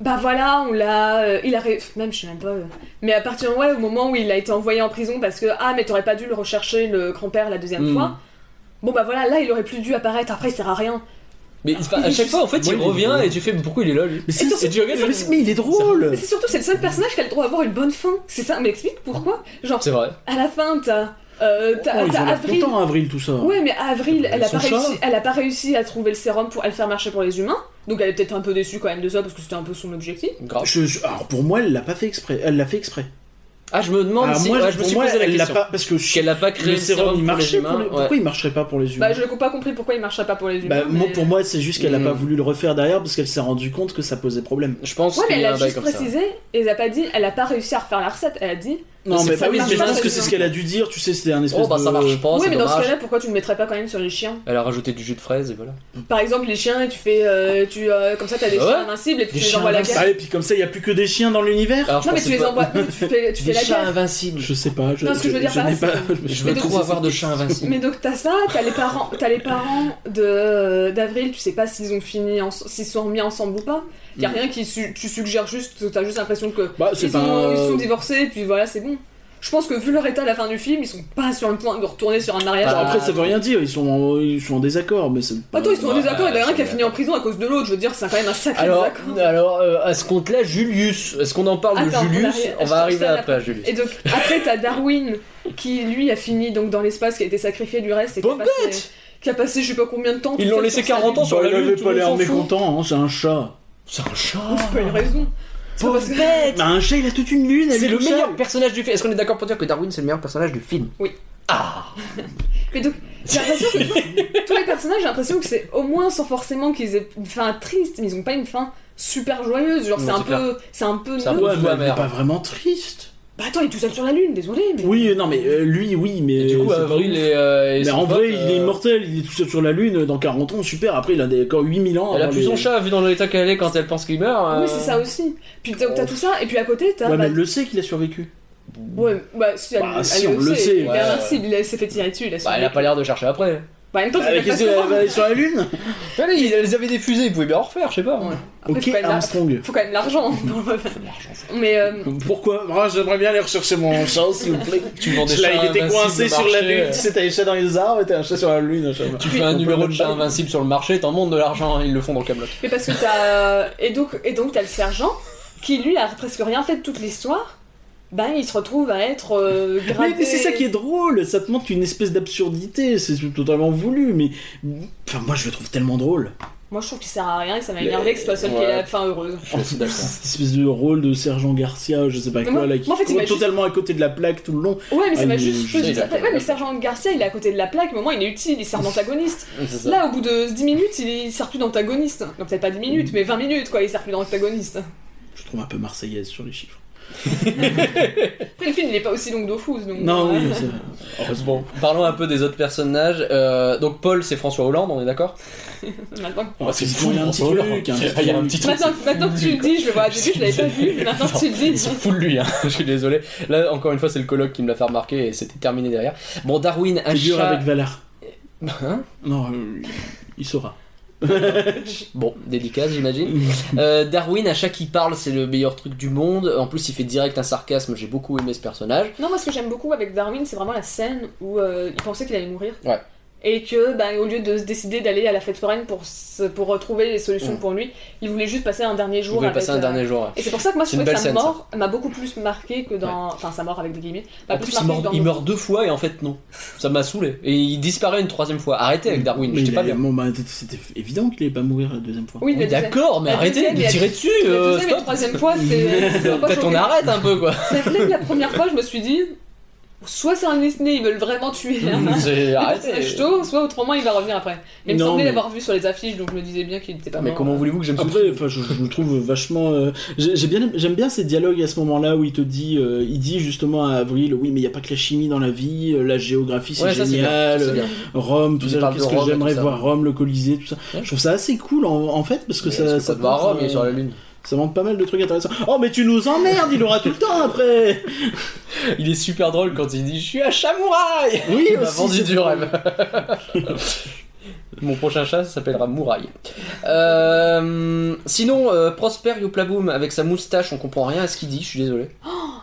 bah voilà on l'a euh, il a ré- même je sais même pas euh, mais à partir ouais au moment où il a été envoyé en prison parce que ah mais t'aurais pas dû le rechercher le grand-père la deuxième Hmm. fois bon bah voilà là il aurait plus dû apparaître après il sert à rien Mais enfin, à chaque fois, en fait, Moi, il il est revient drôle. et tu fais mais pourquoi il est là lui Mais c'est- Et tu regardes, mais c'est- mais il est drôle mais c'est surtout c'est le seul personnage qui a le droit d'avoir une bonne fin c'est ça m'explique pourquoi genre C'est vrai. à la fin t'as euh, t'as Oh, Ils t'as ont l'air Avril contents, hein. Avril, tout ça. Ouais, mais Avril, elle a, Son pas réussi, chat. elle a pas réussi à trouver le sérum pour à le faire marcher pour les humains, donc elle est peut-être un peu déçue quand même de ça parce que c'était un peu son objectif. Grave. Je- je- alors pour moi, elle l'a pas fait exprès. Elle l'a fait exprès. Ah, je me demande Alors si. moi, ouais, je me pour suis moi, posé la elle l'a question. pas parce que Qu'elle n'a pas créé le sérum il pour les marchait. humains, pour les- ouais. Pourquoi il marcherait pas pour les humains Bah, je n'ai pas compris pourquoi il marcherait pas pour les humains. Bah, moi, mais- pour moi, c'est juste qu'elle a Mm. pas voulu le refaire derrière parce qu'elle s'est rendue compte que ça posait problème. Je pense Ouais, mais qu'il y elle a a un bail juste comme ça. précisé, et elle a pas dit, elle a pas réussi à refaire la recette, elle a dit. Non, c'est mais ça, bah oui, ça mais je marche pense pas, que ça, c'est ce non. qu'elle a dû dire. Tu sais, c'était un espèce Oh bah ça de- marche pas, oui, c'est mais dans ce dommage. cas-là, pourquoi tu ne le mettrais pas quand même sur les chiens Elle a rajouté du jus de fraise et voilà. Par exemple, les chiens, et tu fais. euh, tu, euh, comme ça, t'as des Bah Ouais. chiens invincibles et puis Des tu les chiens envoies à la guerre. invincibles. Ah, et puis comme ça, il y a plus que des chiens dans l'univers. Alors, Ah, je Non, mais pensais tu les pas- envoies. non, mais tu fais, tu fais Des la chats guerre. invincibles. Je sais pas. Je, Non, ce que je veux dire par là, n'ai pas. Je Mais veux donc, trop c'est- avoir de chats invincibles. Mais donc, t'as ça, t'as les parents, t'as les parents de- d'Avril, tu sais pas s'ils ont fini, en- s'ils sont remis ensemble ou pas. Y a Mm. rien qui. su- tu suggères juste, t'as juste l'impression que. Bah, c'est Ils, ont- pas. ils sont divorcés, puis voilà, c'est bon. Je pense que vu leur état à la fin du film, ils sont pas sur le point de retourner sur un mariage. Bon, Bah, après, ça veut rien dire. Ils sont en, ils sont en désaccord, mais c'est. Attends, ils sont en bah, désaccord, il y en a bah, un qui a c'est fini en prison à cause de l'autre, je veux dire, c'est quand même un sacré Alors, désaccord. alors euh, à ce compte-là, Julius. Est-ce qu'on en parle Attends, de on Julius arrive- On je va t'en- je arriver t'en- après à Julius. Et donc, après, t'as Darwin qui, lui, a fini donc dans l'espace, qui a été sacrifié du reste, et qui a, Pauvre passé, qui a passé je sais pas combien de temps. Ils tout l'ont seul laissé sur sa 40 lune. ans sur Bah, la il lune, avait tout pas le l'air monde s'en fout. mécontent, hein, c'est un chat. C'est un chat C'est pas une raison. C'est pas Pauvre parce que- Bah, un chat, il a toute une lune. elle C'est est le toute meilleur seule. personnage du film. Est-ce qu'on est d'accord pour dire que Darwin c'est le meilleur personnage du film Oui. Ah Mais donc, j'ai l'impression que tous les personnages, j'ai l'impression que c'est au moins sans forcément qu'ils aient une fin triste, mais ils ont pas une fin super joyeuse. Genre, Non, c'est c'est un, peu. C'est un peu. C'est un nul. peu- Ouais, mais elle Merde. est pas vraiment triste. Bah attends, il est tout seul sur la lune, désolé, mais. Oui, euh, non, mais euh, lui, oui, mais. Et Du coup, c'est pas Avril ouf. et. euh, et Mais son en pote, vrai, il est euh, immortel, il est tout seul sur la Lune, dans 40 ans, super. Après, il a des- encore 8000 ans. hein, Elle a avant plus les- son chat vu dans l'état qu'elle est quand elle pense qu'il meurt. euh, Ah Oui, c'est ça aussi. Puis donc, t'as tout ça, et puis à côté, Ouais, t'as. mais bah, elle le sait qu'il a survécu. ouais, bah, si, elle, Bah, elle si, on le sait, Il est ouais. invincible, il s'est fait tirer dessus. il a Bah, elle a survécu. pas l'air de chercher après. hein. Bah, en même temps, Ah, mais c'était pas Qu'est-ce qu'elle souvent. va aller sur la Lune Allez, ils les avaient diffusés, ils pouvaient bien en refaire, je sais pas. Ouais. Après, Ok, faut, quand même la- Armstrong. faut quand même l'argent pour le faire. Mais euh, Pourquoi Moi, j'aimerais bien aller rechercher mon chat, s'il vous plaît. Tu vends des Je l'ai- chats il était invincibles coincé au sur la marché, lune. euh, Tu sais, t'as les chats dans les arbres et t'as un chat sur la lune. un chat- Tu fais un On peut numéro même de chat pas- invincible sur le marché, t'en montes de l'argent, hein, ils le font dans Camelot. Mais parce que t'as. euh, Et donc, et donc t'as le sergent qui lui a presque rien fait de toute l'histoire. Ben il se retrouve à être euh, Mais, gradé. mais c'est ça qui est drôle, ça te montre une espèce d'absurdité, c'est totalement voulu, mais. Enfin, moi je le trouve tellement drôle. Moi je trouve qu'il sert à rien et ça m'a énervé que ce soit seul qui Ouais. ait la fin heureuse. Je suis d'accord. Cette espèce de rôle de Sergent Garcia, je sais pas Mais quoi, moi- là, qui moi, en fait, il court m'a juste- totalement à côté de la plaque tout le long. Ouais mais ça Ah, m'a il- juste. il est juste- d'accord. Ouais mais le sergent Garcia il est à côté de la plaque, mais au moins il est utile, il sert d'antagoniste. C'est ça. Là au bout de 10 minutes il, il sert plus d'antagoniste. Non peut-être pas 10 minutes mais 20 minutes quoi, il sert plus d'antagoniste. Je trouve un peu marseillaise sur les chiffres. Après le film il est pas aussi long que Dofus donc. euh, Non, ouais. oui, c'est vrai. Heureusement. Parlons un peu des autres personnages. Euh, donc Paul, c'est François Hollande, on est d'accord Maintenant, Oh, c'est fou, il y a un petit truc. Ah, il y a un petit truc. maintenant, c'est maintenant fou que de tu lui, le dis, je le vois au début je l'avais pas vu, mais quoi. maintenant que tu le dis. Ils sont fous de lui, hein. je suis désolé. Là, encore une fois, c'est le colloque qui me l'a fait remarquer et c'était terminé derrière. Bon, Darwin, un T'es dur chat- avec Valar. Hein Non, euh, il saura. Bon, dédicace, j'imagine. Euh, Darwin, un chat qui parle, c'est le meilleur truc du monde. En plus, il fait direct un sarcasme. J'ai beaucoup aimé ce personnage. Non, moi ce que j'aime beaucoup avec Darwin, c'est vraiment la scène où euh, il pensait qu'il allait mourir. Ouais. Et que, bah, au lieu de se décider d'aller à la fête foraine pour, se- pour retrouver les solutions Mm. pour lui, il voulait juste passer un dernier Je jour. voulais avec, passer un euh, dernier jour. ouais. Et c'est pour ça que moi je C'est une trouvais que sa belle scène, ça. mort m'a beaucoup plus marqué que dans. Enfin, sa mort avec des guillemets. m'a En plus, il marqué que meurt, dans il le- meurt deux fois et en fait, non. Ça m'a saoulé. Et il disparaît une troisième fois. Arrêtez avec Darwin, Mais j'étais il pas a- bien. bon, bah, c'était évident qu'il allait pas mourir la deuxième fois. Oui, Oui, la deuxième- d'accord, mais la arrêtez deuxième de et la- tirer dessus. La euh, deuxième et la stop. troisième fois, c'est. c'est pas Peut-être on choqué. arrête un peu, quoi. C'est vrai que la première fois, je me suis dit. Soit c'est un Disney, ils veulent vraiment tuer un C'est- un Mm. Arrêtez. personnage tôt, soit autrement il va revenir après. Mais il me Non, semblait mais- l'avoir vu sur les affiches, donc je me disais bien qu'il était pas Ah, Mais mort. comment voulez-vous que j'aime ce Après, enfin, je, je le trouve vachement. euh, j'ai- j'ai bien- J'aime bien ces dialogues à ce moment-là où il te dit, euh, il dit justement à Avril, oui, mais il n'y a pas que la chimie dans la vie, euh, la géographie c'est Ouais, ça, c'est bien, génial, ça, c'est bien. Rome, tout Il ça. parle de Qu'est-ce que Rome et j'aimerais tout ça. voir Rome, le Colisée, tout ça. Ouais. Je trouve ça assez cool en, en fait parce que Mais ça, est-ce ça, qu'on va à montre, Rome, il est euh, sur la lune. ça montre pas mal de trucs intéressants. Oh, mais tu nous emmerdes, il aura tout le temps après. Il est super drôle quand il dit Je suis un chamouraï Oui, Il m'a aussi, vendu c'est du vrai. rêve. Mon prochain chat ça s'appellera Mouraille. Euh, sinon, euh, Prosper Yoplaboum avec sa moustache, on comprend rien à ce qu'il dit, je suis désolé.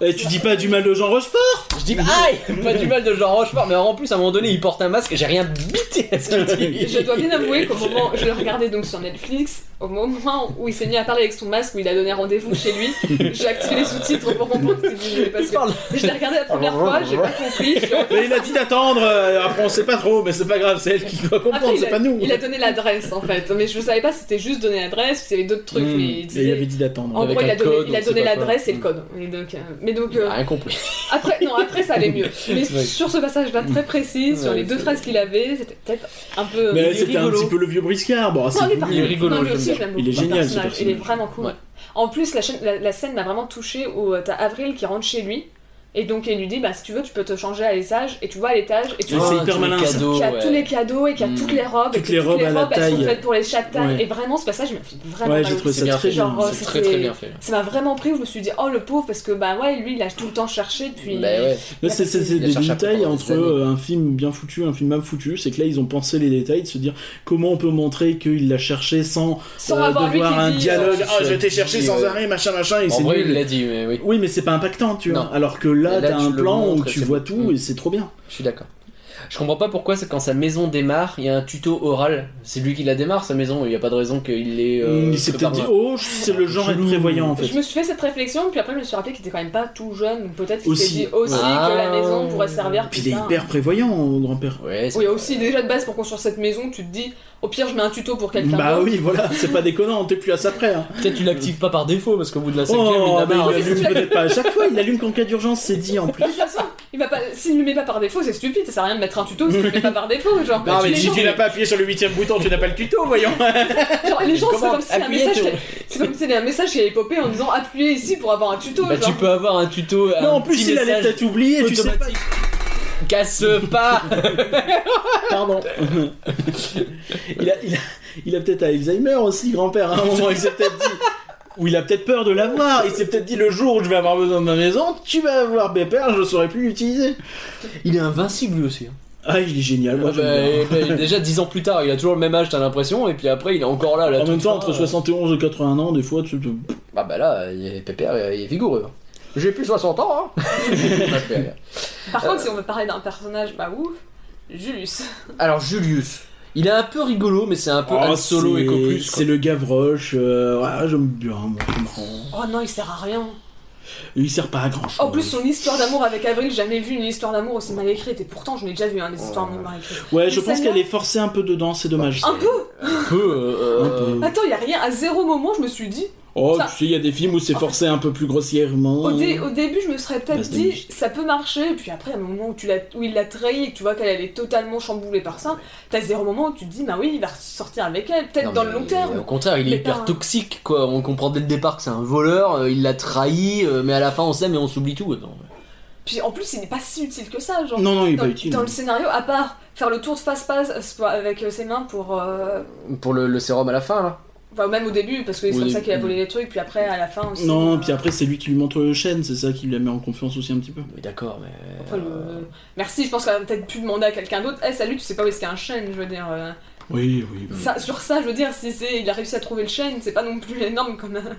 Eh, tu dis pas du mal de Jean Rochefort Je dis Aïe Pas du mal de Jean Rochefort, mais en plus, à un moment donné, il porte un masque et j'ai rien bité à ce qu'il dit. Je dois bien avouer qu'au moment je le regardais donc sur Netflix, au moment où il s'est mis à parler avec son masque, où il a donné rendez-vous chez lui, j'ai activé les sous-titres pour comprendre ce qu'il disait. Parce Il que parle- je l'ai regardé la Ah, première fois, j'ai pas compris. je- Mais il a dit d'attendre. euh, après, on sait pas trop, mais c'est pas grave, c'est elle qui doit Après, comprendre, il, c'est a, pas nous. il a donné l'adresse en fait, mais je savais pas si c'était juste donner l'adresse, si c'était d'autres trucs. Mm. Hmm. mais il Et il disait- avait dit d'attendre. En Avec gros, il un a donné, code, il a on sait donné pas quoi. l'adresse et le Mm. code. Et donc, euh, mais donc, J'ai euh, Ah, rien compris. après, non, après ça allait mieux. Mais Ouais. sur ce passage-là très précis, sur Ouais, les deux c'est- phrases qu'il avait, c'était peut-être un peu. Mais est c'était un rigolo. petit peu le vieux briscard. Bon, ah, c'est Non, voulu. par Il est contre, rigolo, non, lui j'aime aussi, bien. je l'aime Il beaucoup, est le génial, ce personnage. Il est personnage. vraiment cool. Ouais. En plus, la, chaîne- la- la scène m'a vraiment touchée où euh, t'as Avril qui rentre chez lui et donc elle lui dit bah si tu veux tu peux te changer à l'étage et tu vois à l'étage et tu Ah, vois c'est hyper tous les malin, ça. cadeaux, qu'il y a ouais. tous les cadeaux et qu'il y a Mm. toutes les robes et Toutes que les robes à la elles sont taille. faites pour les châtaignes Ouais. et vraiment ce passage m'a fait vraiment Ouais, mal j'ai au trouvé cul. C'est bien ça très fait. bien. Genre, C'est très très bien fait. ça m'a vraiment pris où je me suis dit oh le pauvve parce que bah ouais lui il a tout le temps cherché puis Bah ouais. Là, c'est c'est- c'est Il a des cherché à détails comprendre entre les années. euh, un film bien foutu, un film mal foutu. C'est que là, ils ont pensé les détails, de se dire comment on peut montrer qu'il l'a cherché sans, sans euh, avoir lui qui devoir un dit euh, dialogue. euh, Ah, je t'ai ça, cherché dit, sans ouais. arrêt, machin, machin. Et En c'est vrai, il nul. l'a dit, mais oui, Oui, mais c'est pas impactant, tu vois. Non. Alors que là, Et là, t'as tu un le plan où montres et tu c'est vois bon. Mm. tout et c'est trop bien. je suis d'accord. Je comprends pas pourquoi c'est quand sa maison démarre, il y a un tuto oral. C'est lui qui la démarre sa maison, il n'y a pas de raison qu'il l'ait. euh, il s'est peut-être dit, préparé. oh, c'est le genre être Chelou. prévoyant en fait. Je me suis fait cette réflexion, puis après je me suis rappelé qu'il était quand même pas tout jeune, donc peut-être qu'il s'est Aussi. dit aussi Ah. que la maison pourrait servir Puis plus il est tard. hyper prévoyant, mon grand-père. Ouais, c'est- Oui, aussi déjà de base pour construire cette maison, tu te dis au pire je mets un tuto pour quelqu'un. Bah d'autre. oui, voilà, c'est pas déconnant, t'es plus à ça près. hein. peut-être tu l'actives pas par défaut parce qu'au bout de la cinquième, euh, Oh, il la mais marre. il allume peut-être pas à chaque fois, il allume qu'en cas d'urgence, c'est dit en plus. De toute façon, il va pas. S'il le met pas par défaut, c'est stupide. Ça sert à rien de mettre un tuto s'il le met pas par défaut. Genre, Non, mais les, si gens, tu l'as pas appuyé sur le huitième bouton, tu n'as pas le tuto, voyons. genre, les gens, c'est Comment comme si un appuyer message. tout qui- C'est comme si c'était un message qui allait popper en disant appuyez ici pour avoir un tuto. Bah, genre. tu peux avoir un tuto. un Non, en plus, petit il allait message peut-être oublier, tu sais pas. automatique. Casse pas Pardon. il a, il a, il a peut-être Alzheimer aussi, grand-père, à un moment, il s'est peut-être dit. Ou il a peut-être peur de l'avoir, il s'est peut-être dit le jour où je vais avoir besoin de ma maison, tu vas avoir Bépère, je ne saurai plus l'utiliser. Il est invincible lui aussi. hein. Ah, il est génial, moi Ah j'aime bah, bien. et bah, déjà 10 ans plus tard, il a toujours le même âge, t'as l'impression, et puis après, il est encore là. là En tout même le temps, entre euh, 71 et 81 ans, des fois, tu te... Ah bah là, il est pépère, il est vigoureux. hein. J'ai plus 60 ans, hein Ça fait rire. Par contre, si on veut parler d'un personnage, bah ouf, Julius. Alors, Julius, il est un peu rigolo, mais c'est un peu Ah, Han solo c'est- et Copus. quoi. C'est le Gavroche, euh, ouais, j'aime bien, moi, c'est marrant. Oh non, il sert à rien. Il sert pas à grand chose. En plus, son histoire d'amour avec Avril, j'ai jamais vu une histoire d'amour aussi mal écrite, et pourtant j'en ai déjà vu hein, des histoires Oh. d'amour mal écrites. Ouais, je Mais pense celle-là- qu'elle est forcée un peu dedans, c'est dommage. Un peu Un peu. euh, Un peu. Attends, y a rien, à zéro moment je me suis dit. Oh, Ça- tu sais, il y a des films où c'est forcé un peu plus grossièrement. Au, dé- au début, je me serais peut-être Bah, c'est dit, juste. ça peut marcher, et puis après, à un moment où, tu l'as- où il l'a trahi et que tu vois qu'elle elle est totalement chamboulée par ça, t'as zéro moment où tu te dis, bah oui, il va sortir avec elle, peut-être non, dans mais le long terme. Au contraire, il est Mais hyper pas- toxique, quoi. On comprend dès le départ que c'est un voleur, euh, il l'a trahi, euh, mais à la fin, on s'aime et on s'oublie tout. Attends. Puis en plus, il n'est pas si utile que ça, genre. Non, non, il est dans, pas utile. dans le scénario, à part faire le tour de face-passe avec euh, ses mains pour. euh, Pour le, le sérum à la fin, là Enfin, même au début, parce que c'est Au comme ça début. qu'il a volé les trucs, puis après, à la fin aussi. Non, euh, puis après, c'est lui qui lui montre le chêne, c'est ça qui la met en confiance aussi un petit peu. Oui, d'accord, mais. euh, après, euh, le- Merci, je pense qu'on a peut-être pu demander à quelqu'un d'autre. Eh, salut, tu sais pas où est-ce qu'il y a un chêne, je veux dire. euh, Oui, oui. oui. Ça, sur ça, je veux dire, si c'est, il a réussi à trouver le chêne, c'est pas non plus énorme quand même.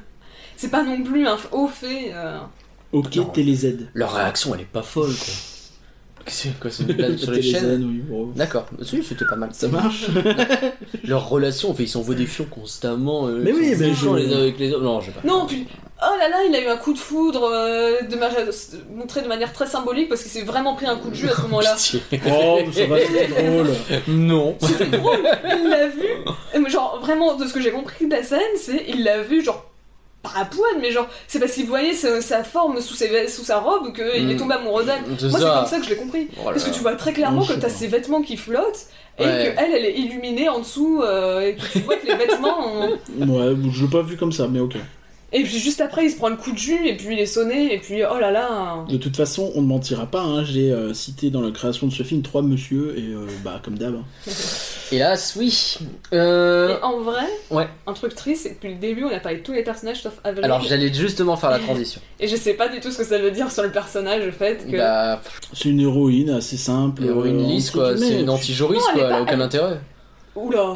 C'est pas non plus un haut fait. euh. Ok, Non. TéléZ. Leur réaction, elle est pas folle, quoi. Qu'est-ce que c'est là, sur les TéléZ, chaînes oui, bon. D'accord, oui, c'était pas mal. Ça marche Leur relation, enfin, ils s'envoient des fions constamment. euh, Mais oui, ils sont mais méchants je- les uns avec les autres. Non, je sais pas. Non, puis. Oh là là, il a eu un coup de foudre euh, de ma- montré de manière très symbolique parce qu'il s'est vraiment pris un coup de jus à ce moment-là. Pitié. Oh, ça va, c'est drôle. Non. C'était drôle, il l'a vu. Et moi, Genre, vraiment, de ce que j'ai compris de la scène, c'est il l'a vu, genre, par à poil, mais genre, c'est parce qu'il voyait sa, sa forme sous, ses, vê- sous sa robe qu'il Mm. est tombé amoureux d'elle. C'est Moi, c'est ça. comme ça que je l'ai compris. Oh là Parce que là. tu vois très clairement Je que sais t'as pas. ses vêtements qui flottent et Ouais. que elle, elle est illuminée en dessous euh, et que tu vois que les vêtements. ont- Ouais, bon, je l'ai pas vu comme ça, mais ok. Et puis juste après, il se prend le coup de jus et puis il est sonné et puis oh là là. De toute façon, on ne mentira pas, hein, j'ai euh, cité dans la création de ce film trois monsieur, et euh, bah, comme d'hab. hein. Hélas, oui. Euh, Et en vrai, Ouais. un truc triste, c'est que depuis le début, on a parlé de tous les personnages sauf Avril. Alors, j'allais justement faire la transition. Et je sais pas du tout ce que ça veut dire sur le personnage, le fait que. Bah, C'est une héroïne assez simple. une euh, lisse, entre quoi. guillemets. C'est une anti-Joris, Non, elle quoi. est Elle a pas- aucun intérêt. Oula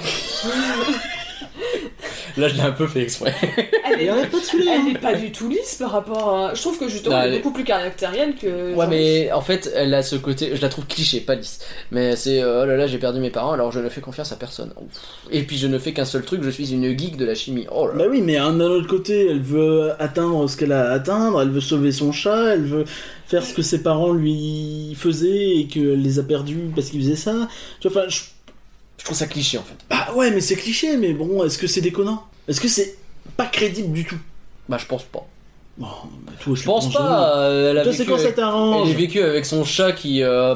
Là, je l'ai un peu fait exprès. Elle Il y en est, a pas de saoulé, hein. elle est pas du tout lisse par rapport à. Je trouve que justement, Non, elle Bah, elle est est- beaucoup plus caractérielle que. Ouais, mais en fait, elle a ce côté. Je la trouve cliché, pas lisse. Mais c'est euh, oh là là, j'ai perdu mes parents, alors je ne fais confiance à personne. Ouf. Et puis, je ne fais qu'un seul truc, je suis une geek de la chimie. Oh là là. Bah oui, mais d'un autre côté, elle veut atteindre ce qu'elle a à atteindre, elle veut sauver son chat, elle veut faire ce que ses parents lui faisaient et qu'elle les a perdus parce qu'ils faisaient ça. Tu vois, Enfin, je... Je trouve ça cliché, en fait. Bah ouais, mais c'est cliché, mais bon, est-ce que c'est déconnant Est-ce que c'est pas crédible du tout Bah, je pense pas. Bon, bah, tout, Je pense pas. euh, Elle a Toi, c'est vécu quand ça avec- elle t'arrange a vécu avec son chat qui. euh,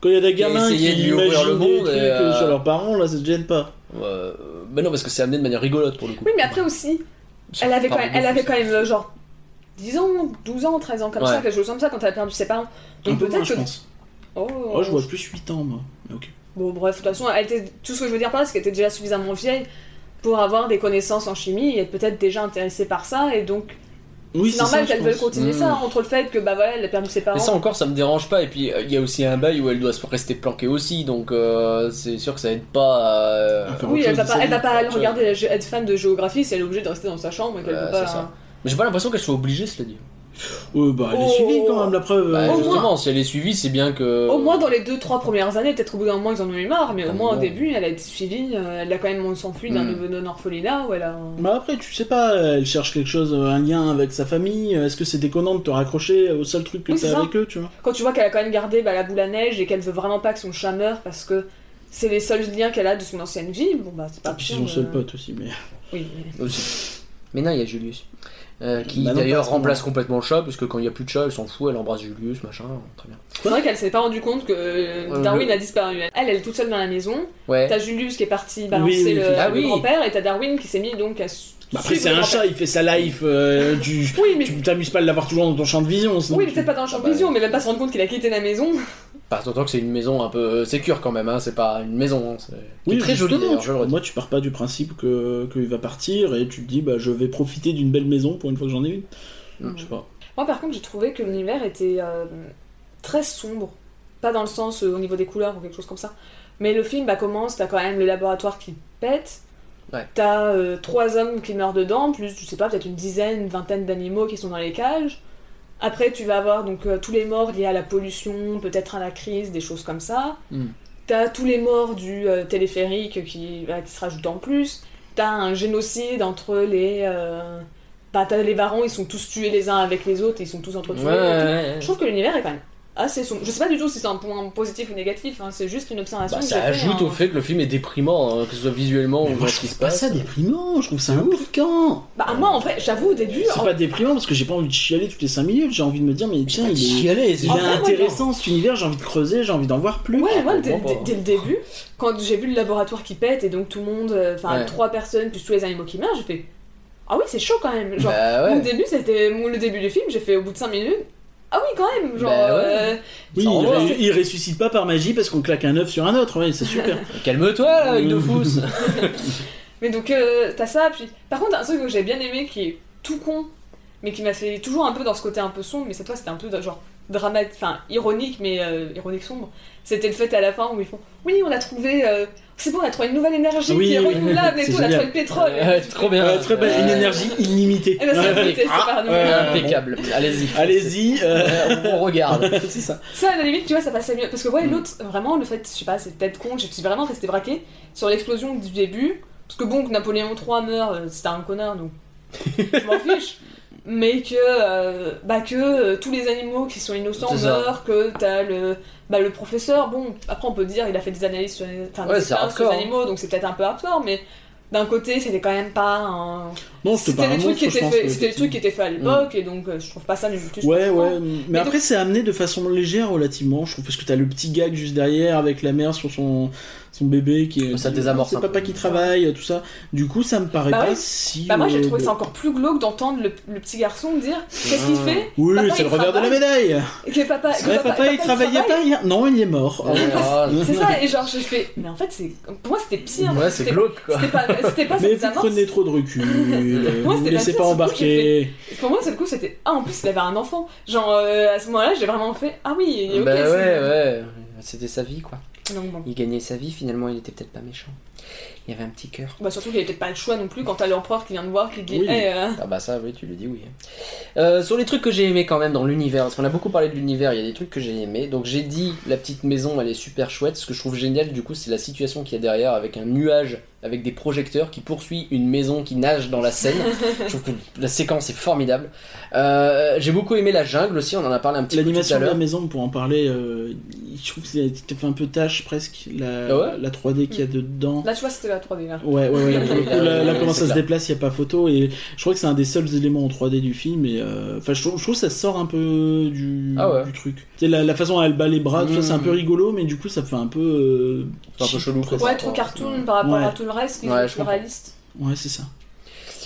Quand il y a des qui a gamins qui essayé de lui ouvrir imaginent le monde des trucs et, euh, euh, sur leurs parents, là, ça te gêne pas. euh, bah non, parce que c'est amené de manière rigolote pour le coup. Oui, mais après aussi, Elle avait, quand même, elle avait quand même euh, genre 10 ans, 12 ans, 13 ans, comme ça, Ouais. quelque chose comme ça, quand elle a perdu ses parents. Donc Un peu moins, peut-être que. je pense. Oh, Oh, je vois plus 8 ans, moi. Mais ok. Bon, bref, de toute façon, elle était... tout ce que je veux dire par là, c'est qu'elle était déjà suffisamment vieille pour avoir des connaissances en chimie et être peut-être déjà intéressée par ça, et donc Oui, c'est ça, normal je qu'elle veuille pense. continuer Mmh. ça, entre le fait que bah voilà, elle a perdu ses parents. Mais ça encore, ça me dérange pas. Et puis euh, il y a aussi un bail où elle doit se rester planquée aussi, donc euh, c'est sûr que ça aide pas. euh, Enfin, Oui, autre elle chose va de pas, sa elle va vie. pas aller autre regarder, la gé- être fan de géographie si elle est obligée de rester dans sa chambre et qu'elle Ouais, peut c'est pas. hein. ça. Mais j'ai pas l'impression qu'elle soit obligée, cela dit. Ouais, bah, elle est Oh. suivie quand même, la preuve. Bah, euh, au justement, si elle est suivie, c'est bien que. Au moins dans les 2-3 premières années, peut-être au bout d'un moment ils en ont eu marre, mais Ah, au moins au bon. début elle a été suivie, euh, elle a quand même s'enfui d'un Mmh. d'un orphelinat où elle a. Bah après, tu sais pas, elle cherche quelque chose, euh, un lien avec sa famille. euh, Est-ce que c'est déconnant de te raccrocher au seul truc que Oui, c'est t'as ça. avec eux, tu vois Quand tu vois qu'elle a quand même gardé bah, la boule à neige et qu'elle veut vraiment pas que son chat meure parce que c'est les seuls liens qu'elle a de son ancienne vie, bon bah c'est pas Et Ah, puis c'est pire, son euh, seul pote aussi, mais. Oui, mais- Aussi. Mais non, il y a Julius. Euh, qui Bah non, d'ailleurs pas à ce remplace complètement le chat, parce que quand il y a plus de chat, elle s'en fout, elle embrasse Julius, machin, très bien. C'est vrai qu'elle s'est pas rendue compte que euh, Euh, Darwin le- a disparu. Elle, elle est toute seule dans la maison. Ouais. T'as Julius qui est parti balancer oui, le, ah le oui. grand-père et t'as Darwin qui s'est mis donc à. su- Bah après, suivre c'est le un grand-père. chat, il fait sa life. euh, tu Oui, mais. tu t'amuses pas de l'avoir toujours dans ton champ de vision. sinon Oui, tu- mais peut-être pas dans le champ de bah, vision, mais elle va pas se rendre compte qu'il a quitté la maison. Par d'autant que c'est une maison un peu euh, sécure quand même, hein, c'est pas une maison. hein, c'est qui est Oui, très jolie justement, d'ailleurs, tu- je le redis. Moi, tu pars pas du principe que qu'il va partir et tu te dis, bah, je vais profiter d'une belle maison pour une fois que j'en ai une. Mm. Je sais pas. Moi, par contre, j'ai trouvé que l'univers était euh, très sombre. Pas dans le sens euh, au niveau des couleurs ou quelque chose comme ça. Mais le film bah, commence, t'as quand même le laboratoire qui pète. Ouais. T'as euh, trois hommes qui meurent dedans, plus, je sais pas, peut-être une dizaine, une vingtaine d'animaux qui sont dans les cages. Après, tu vas avoir donc euh, tous les morts liés à la pollution, peut-être à la crise, des choses comme ça. Mm. T'as tous les morts du euh, téléphérique qui, bah, qui se rajoutent en plus. T'as un génocide entre les. euh, Bah, t'as les varons, ils sont tous tués les uns avec les autres, et ils sont tous Ouais, entretués. ouais, et tout. ouais. Je trouve que l'univers est quand même assez sombre. Je sais pas du tout si c'est un point positif ou négatif, hein, c'est juste une observation. Bah, que ça j'ai fait, ajoute hein. au fait que le film est déprimant, hein, que ce soit visuellement ou Mais moi, dans je ce qui se trouve pas passe. ça déprimant, je trouve ça impliquant. Bah, moi en vrai, j'avoue au début. C'est en- pas déprimant parce que j'ai pas envie de chialer toutes les 5 minutes, j'ai envie de me dire, mais tiens, Pas Ah, de il est, chialer, c'est il est En vrai, ouais, intéressant cet univers, j'ai envie de creuser, j'ai envie d'en voir plus. Ouais, moi, dès, comprends dès- pas. dès le début, quand j'ai vu le laboratoire qui pète et donc tout le monde, euh, enfin Ouais. trois personnes plus tous les animaux qui meurent, j'ai fait Ah oui, c'est chaud quand même. Genre, Bah ouais. au début, c'était mon- le début du film, j'ai fait au bout de 5 minutes Ah oui, quand même. Genre, Bah ouais. euh, Oui, Ça il, envoie. ré- il ressuscite pas par magie parce qu'on claque un œuf sur un autre, ouais, c'est super. Calme-toi, là, avec de fous. Mais donc euh, t'as ça, puis par contre un truc que j'ai bien aimé qui est tout con, mais qui m'a fait toujours un peu dans ce côté un peu sombre, mais cette fois c'était un peu dans- genre dramatique, enfin ironique mais euh, ironique sombre, c'était le fait à la fin où ils font oui on a trouvé, euh, c'est bon on a trouvé une nouvelle énergie Oui, qui est oui, renouvelable et c'est tout, on a génial. trouvé le pétrole. Ouais, trop bien. Ouais, très belle, une Ouais. énergie illimitée. Eh ben, ça, Ouais. c'était- c'est pas renouvelable. Ouais, impeccable. Allez-y. Allez-y, euh, Euh, on regarde. c'est ça. Ça, à la limite, tu vois, ça passait mieux. Parce que, ouais, Mm. l'autre, vraiment, le fait, je sais pas, c'est peut-être con, je suis vraiment resté braqué sur l'explosion du début. Parce que, bon, que Napoléon III meurt, euh, c'était un connard, donc je m'en fiche. Mais que, euh, bah, que euh, tous les animaux qui sont innocents C'est ça. meurent, que t'as le, bah, le professeur, bon, après on peut dire, il a fait des analyses sur les, enfin, des Ouais, c'est expériences sur les hardcore, animaux, donc c'est peut-être un peu hardcore, mais d'un côté, c'était quand même pas un. Non, c'était C'était pas un des trucs qui monstre, étaient je pense, faits mais c'était des trucs qui étaient faits à Mm. l'époque, et donc euh, je trouve pas ça du tout. Ouais, ouais, mais, donc- après c'est amené de façon légère relativement, je trouve, parce que t'as le petit gag juste derrière avec la mère sur son, son bébé qui est. Ça désamorce C'est un papa peu. qui travaille, tout ça. Du coup, ça me paraît Bah pas ouais. si. Bah moi j'ai euh, trouvé de- ça encore plus glauque d'entendre le, le petit garçon dire qu'est-ce qu'il fait Oui, Papa, c'est il le revers de la travaille. médaille. et que papa, que Ouais, papa, il travaillait pas hier. Non, il est mort. Ouais, ah, C'est ça et genre j'ai fait mais en fait c'est pour moi c'était pire. Ouais, c'est c'était glauque, quoi. c'était pas c'était pas Ah Mais cette vous amorce. prenez trop de recul. Moi, Vous c'était ne la laissez pire pas surprise, embarquer. Pour moi c'est le coup c'était ah en plus il avait un enfant. Genre euh, à ce moment-là j'ai vraiment fait ah oui ok. bah c'est- ouais, ouais. C'était sa vie, quoi. Donc bon. Il gagnait sa vie, finalement, il était peut-être pas méchant. Il y avait un petit cœur. Bah surtout qu'il avait peut-être pas le choix non plus quand t'as l'empereur qui vient de voir qui dit Oui. Eh, euh, Ah bah ça, oui, tu le dis, oui. Euh, sur les trucs que j'ai aimé quand même dans l'univers, parce qu'on a beaucoup parlé de l'univers, il y a des trucs que j'ai aimé. Donc j'ai dit, la petite maison, elle est super chouette. Ce que je trouve génial, du coup, c'est la situation qu'il y a derrière, avec un nuage, avec des projecteurs qui poursuit une maison qui nage dans la Seine. je trouve que la séquence est formidable. Euh, j'ai beaucoup aimé la jungle aussi, on en a parlé un petit peu tout L'animation à de la l'heure. maison, pour en parler, euh, je trouve que ça fait un peu tâche presque la, Ah ouais la 3D qu'il y a dedans. là tu vois c'était la 3D là. Ouais, ouais, ouais. pour le coup, là, là, comment C'est ça se clair. déplace, il n'y a pas photo. Et je crois que c'est un des seuls éléments en 3D du film. Et euh, enfin, je, trouve, je trouve que ça sort un peu du, Ah ouais. du truc. Tu sais, la, la façon dont elle bat les bras, tout ça, Mm. c'est un peu rigolo, mais du coup, ça fait un peu. euh, C'est un peu cheap, chelou, presque. quoi. Ouais trop cartoon par rapport Ouais. à tout le reste qui Ouais, est je plus comprends. réaliste. Ouais, c'est ça.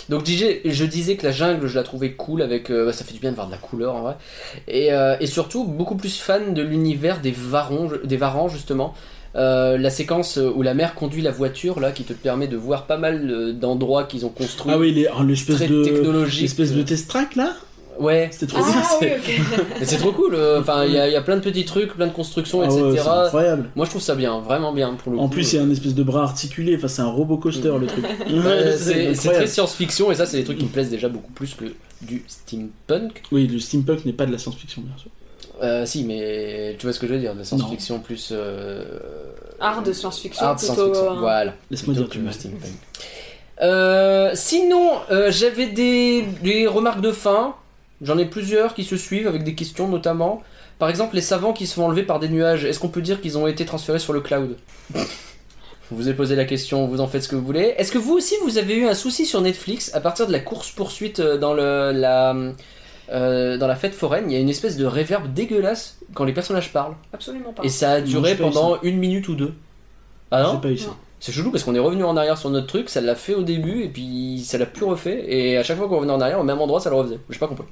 Donc DJ, je disais que la jungle, je la trouvais cool avec, euh, bah, ça fait du bien de voir de la couleur en vrai, et, euh, et surtout beaucoup plus fan de l'univers des varons, des varans justement. Euh, la séquence où la mère conduit la voiture là, qui te permet de voir pas mal euh, d'endroits qu'ils ont construits. Ah oui, les- ah, l'espèce très de. technologique. euh. L'espèce de test track là Ouais, C'était trop bien. Ah oui c'est- ok. mais c'est trop cool. euh, Enfin, il y, a- il y a plein de petits trucs, plein de constructions, Ah ouais, etc. c'est incroyable. Moi, je trouve ça bien, vraiment bien pour le En coup. plus, il y a un espèce de bras articulé, enfin, c'est un robot coaster le truc. Ouais, Euh, c'est c'est très incroyable. science-fiction et ça, c'est des trucs qui me plaisent déjà beaucoup plus que du steampunk. Oui, le steampunk n'est pas de la science-fiction, bien sûr. Euh, si, mais tu vois ce que je veux dire, de la science-fiction plus. Euh... Art de science-fiction Art de plutôt, science-fiction, euh, voilà. Laisse-moi Plutôt dire du que mal. steampunk. Euh, sinon, euh, j'avais des, des remarques de fin. J'en ai plusieurs qui se suivent avec des questions notamment. Par exemple, les savants qui se font enlever par des nuages, est-ce qu'on peut dire qu'ils ont été transférés sur le cloud Je Vous ai posé la question, vous en faites ce que vous voulez. Est-ce que vous aussi vous avez eu un souci sur Netflix à partir de la course poursuite dans le la euh, dans la fête foraine Il y a une espèce de réverb dégueulasse quand les personnages parlent Absolument pas. et ça a duré j'ai pas eu pendant une minute ou deux. Ah non J'ai pas eu ça. Non. c'est chelou parce qu'on est revenu en arrière sur notre truc, ça l'a fait au début et puis ça l'a plus refait. Et à chaque fois qu'on revenait en arrière, au même endroit, ça le refaisait. J'ai pas compris.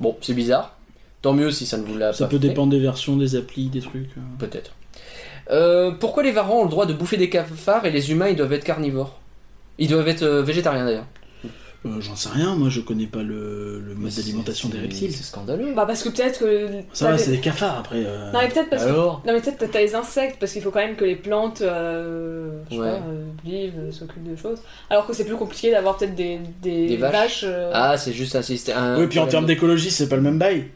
Bon, c'est bizarre. Tant mieux si ça ne vous l'a Ah, pas Ça peut fait. dépendre des versions, des applis, des trucs. euh. Peut-être. Euh, pourquoi les varans ont le droit de bouffer des cafards et les humains ils doivent être carnivores Ils doivent être euh, végétariens d'ailleurs. Euh, J'en sais rien, moi je connais pas le, le mode d'alimentation des reptiles. C'est scandaleux. Bah parce que peut-être que. Ça va, t'as- c'est des cafards après. euh. Non mais peut-être parce que. Alors Non mais peut-être t'as- t'as les insectes parce qu'il faut quand même que les plantes euh, je sais Ouais. pas, euh, vivent, euh, s'occupent de choses. Alors que c'est plus compliqué d'avoir peut-être des, des, Des vaches. euh, Ah, c'est juste un système. Oui, puis en termes d'écologie, c'est pas le même bail.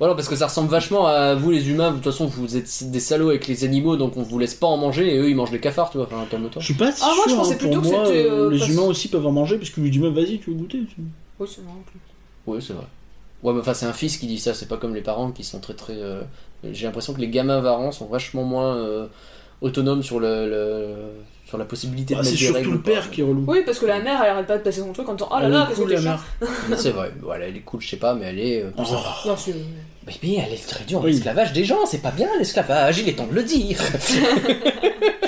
Voilà, parce que ça ressemble vachement à vous les humains. De toute façon, vous êtes des salauds avec les animaux, donc on vous laisse pas en manger et eux ils mangent les cafards, tu vois. Enfin, calme-toi. Je suis pas sûr. Ah, moi, je pensais hein, plutôt que pour moi, c'était, euh, euh, les parce- humains aussi peuvent en manger parce que lui dit même vas-y, tu veux goûter. tu- Oui, c'est vrai, en plus. Oui, c'est vrai. Ouais, mais enfin, c'est un fils qui dit ça, c'est pas comme les parents qui sont très très. euh, J'ai l'impression que les gamins varants sont vachement moins euh, autonomes sur le, le- sur la possibilité Ah, de c'est mettre des surtout règles. le père qui Euh, est relou. Oui, parce que la mère, elle arrête pas de passer son truc en disant Oh là Elle est là, qu'est-ce que cool, t'es la chiant mère. Non, C'est vrai. Bon, elle, elle est cool, je sais pas, mais elle est. euh, Oh, Non, c'est- Mais, mais elle est très dure. Oui. L'esclavage des gens, c'est pas bien l'esclavage. Il est temps de le dire. Oh,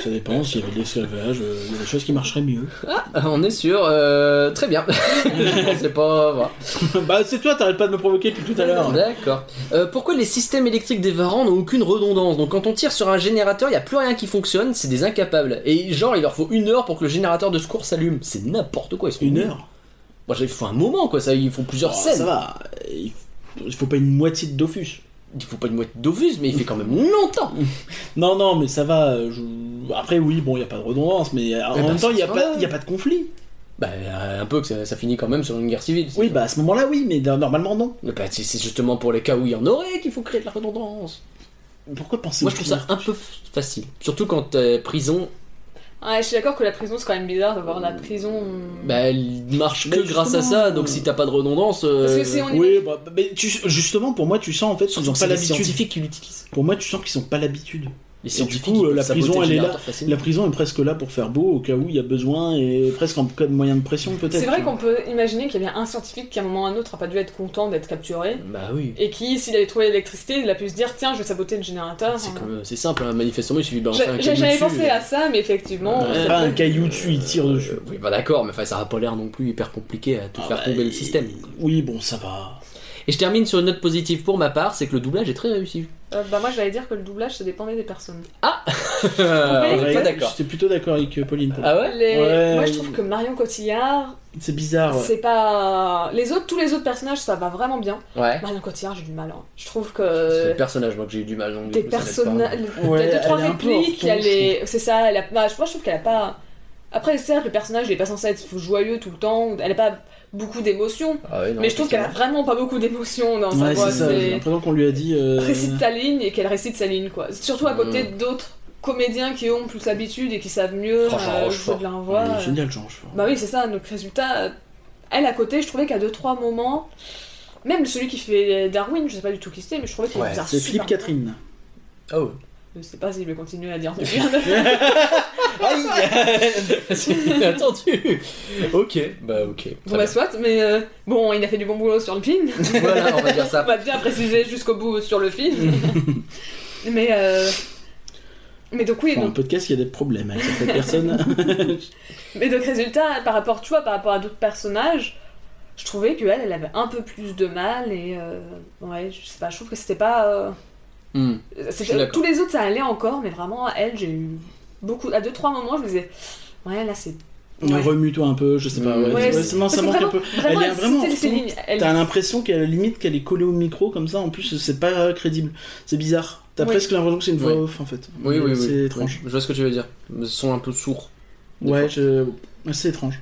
ça dépend, s'il y avait de l'esclavage, euh, il y a des choses qui marcheraient mieux. On est sûr. euh, très bien. c'est pas. voilà. bah, c'est toi, t'arrêtes pas de me provoquer depuis tout à l'heure. D'accord. Euh, pourquoi les systèmes électriques des varans n'ont aucune redondance Donc quand on tire sur un générateur, il n'y a plus rien qui fonctionne, c'est des incapables. Et genre, il leur faut une heure pour que le générateur de secours s'allume. C'est n'importe quoi, ils sont Une nuls. heure Moi, j'ai- il faut un moment, quoi. Ça, ils font plusieurs Oh, scènes. Ça va. Il faut- il faut pas une moitié de Dofus. Il faut pas une moitié d'ovus, mais il fait quand même longtemps. Non, non, mais ça va. euh, je- Après, oui, bon, il n'y a pas de redondance, mais euh, en Eh ben, même temps, il n'y a, ça pas- va. il y a pas de conflit. Bah, un peu que ça, ça finit quand même sur une guerre civile. c'est Oui, tout. bah à ce moment-là, oui, mais euh, normalement, non. Mais bah, c'est c'est justement pour les cas où il y en aurait qu'il faut créer de la redondance. Pourquoi penser Moi, au je trouve ça pire un peu f- facile. Surtout quand euh, prison, Ouais, Ah, je suis d'accord que la prison, c'est quand même bizarre d'avoir la prison. bah, elle marche que Mais grâce à justement, ça. Donc, euh, si t'as pas de redondance. euh, Parce que si on- Oui, bah, mais tu- justement, pour moi, tu sens en fait qu'ils Surtout n'ont que pas c'est les l'habitude. scientifiques qui l'utilisent. Pour moi, tu sens qu'ils n'ont pas l'habitude. Les du coup, ils euh, peuvent la saboter prison, le elle est là. générateur facilement. La prison est presque là pour faire beau au cas où il y a besoin et presque en cas de moyen de pression peut-être. C'est vrai tu vois. qu'on peut imaginer qu'il y a bien un scientifique qui, à un moment ou à un autre, a pas dû être content d'être capturé. Bah oui. Et qui, s'il avait trouvé l'électricité, il a pu se dire Tiens, je vais saboter le générateur. C'est comme- c'est simple, hein, manifestement, il suffit de balancer un Ah. J'ai- J'ai caillou jamais dessus, pensé euh, à ça, mais effectivement. Ouais, ça pas Ah, un peut- caillou dessus, il tire dessus. euh, oui, bah d'accord, mais enfin, ça a pas l'air non plus hyper compliqué à tout Ah faire bah, tomber le et- système. Oui, bon, ça va. Et je termine sur une note positive pour ma part, c'est que le doublage est très réussi. Euh, bah, moi, j'allais dire que le doublage, ça dépendait des personnes. On Ah, est Ouais, pas d'accord. J'étais plutôt d'accord avec euh, Pauline. pour- Euh, Ah ouais Les- Ouais. Moi, je trouve que Marion Cotillard, C'est bizarre. ouais. c'est pas. Les autres, tous les autres personnages, ça va vraiment bien. Ah Ouais. Euh, Marion Cotillard, j'ai du mal. hein. Je trouve C'est que. le personnage, moi, que j'ai eu du mal. donc, du Des coup, ça l'aide personnages. pas. Il Ouais, y a deux, trois elle est un peu répliques. hors ton, elle est- C'est ça, elle a... bah, je- moi je trouve qu'elle a pas. Après, certes, le personnage il est pas censé être joyeux tout le temps, elle a pas beaucoup d'émotions, Ah ouais, non, mais je trouve qu'elle a vraiment pas beaucoup d'émotions dans sa Ouais, voix. c'est ça. J'ai C'est l'impression qu'on lui a dit. euh, récite ta ligne et qu'elle récite sa ligne, quoi. Mm. Surtout à côté d'autres comédiens qui ont plus l'habitude et qui savent mieux Oh, Jean euh, Rochefort. jouer de la voix. Il euh. est génial, Jean Rochefort. Bah oui, c'est ça, donc résultat, euh, elle à côté, je trouvais qu'à deux, trois moments. Même celui qui fait Darwin, je sais pas du tout qui c'était, mais je trouvais qu'il Ouais, faisait un c'est super Philippe Catherine. Ah ouais. Je sais pas si je vais continuer à dire. C'est attendu. Ok, bah ok. Bon bah soit, mais euh, bon, il a fait du bon boulot sur le film. Voilà, on va dire On ça. va bien préciser jusqu'au bout sur le film. mais euh, mais donc oui, Dans le donc, podcast, il y a des problèmes avec certaines personnes. mais donc résultat, par rapport, tu vois, par rapport à d'autres personnages, je trouvais que elle, elle avait un peu plus de mal et euh, ouais, je sais pas, je trouve que c'était pas. euh, Hmm. c'était- suis d'accord. tous les autres ça allait encore, mais vraiment elle, j'ai eu beaucoup à deux trois moments, je me disais ouais là c'est. Ouais. Remue-toi un peu, je sais pas. Ouais, Ouais, ouais, c'est- non, Parce ça que manque vraiment, un peu. Vraiment, elle est elle vraiment citait ses en lignes. Elle- T'as l'impression qu'à la limite qu'elle est collée au micro comme ça, en plus c'est pas euh, crédible. C'est bizarre. T'as Oui. presque l'impression que c'est une voix Oui. off en fait. Oui, oui, oui. C'est étrange. Oui, Je vois ce que tu veux dire. Ils sont un peu sourds. Des Ouais, je... c'est étrange.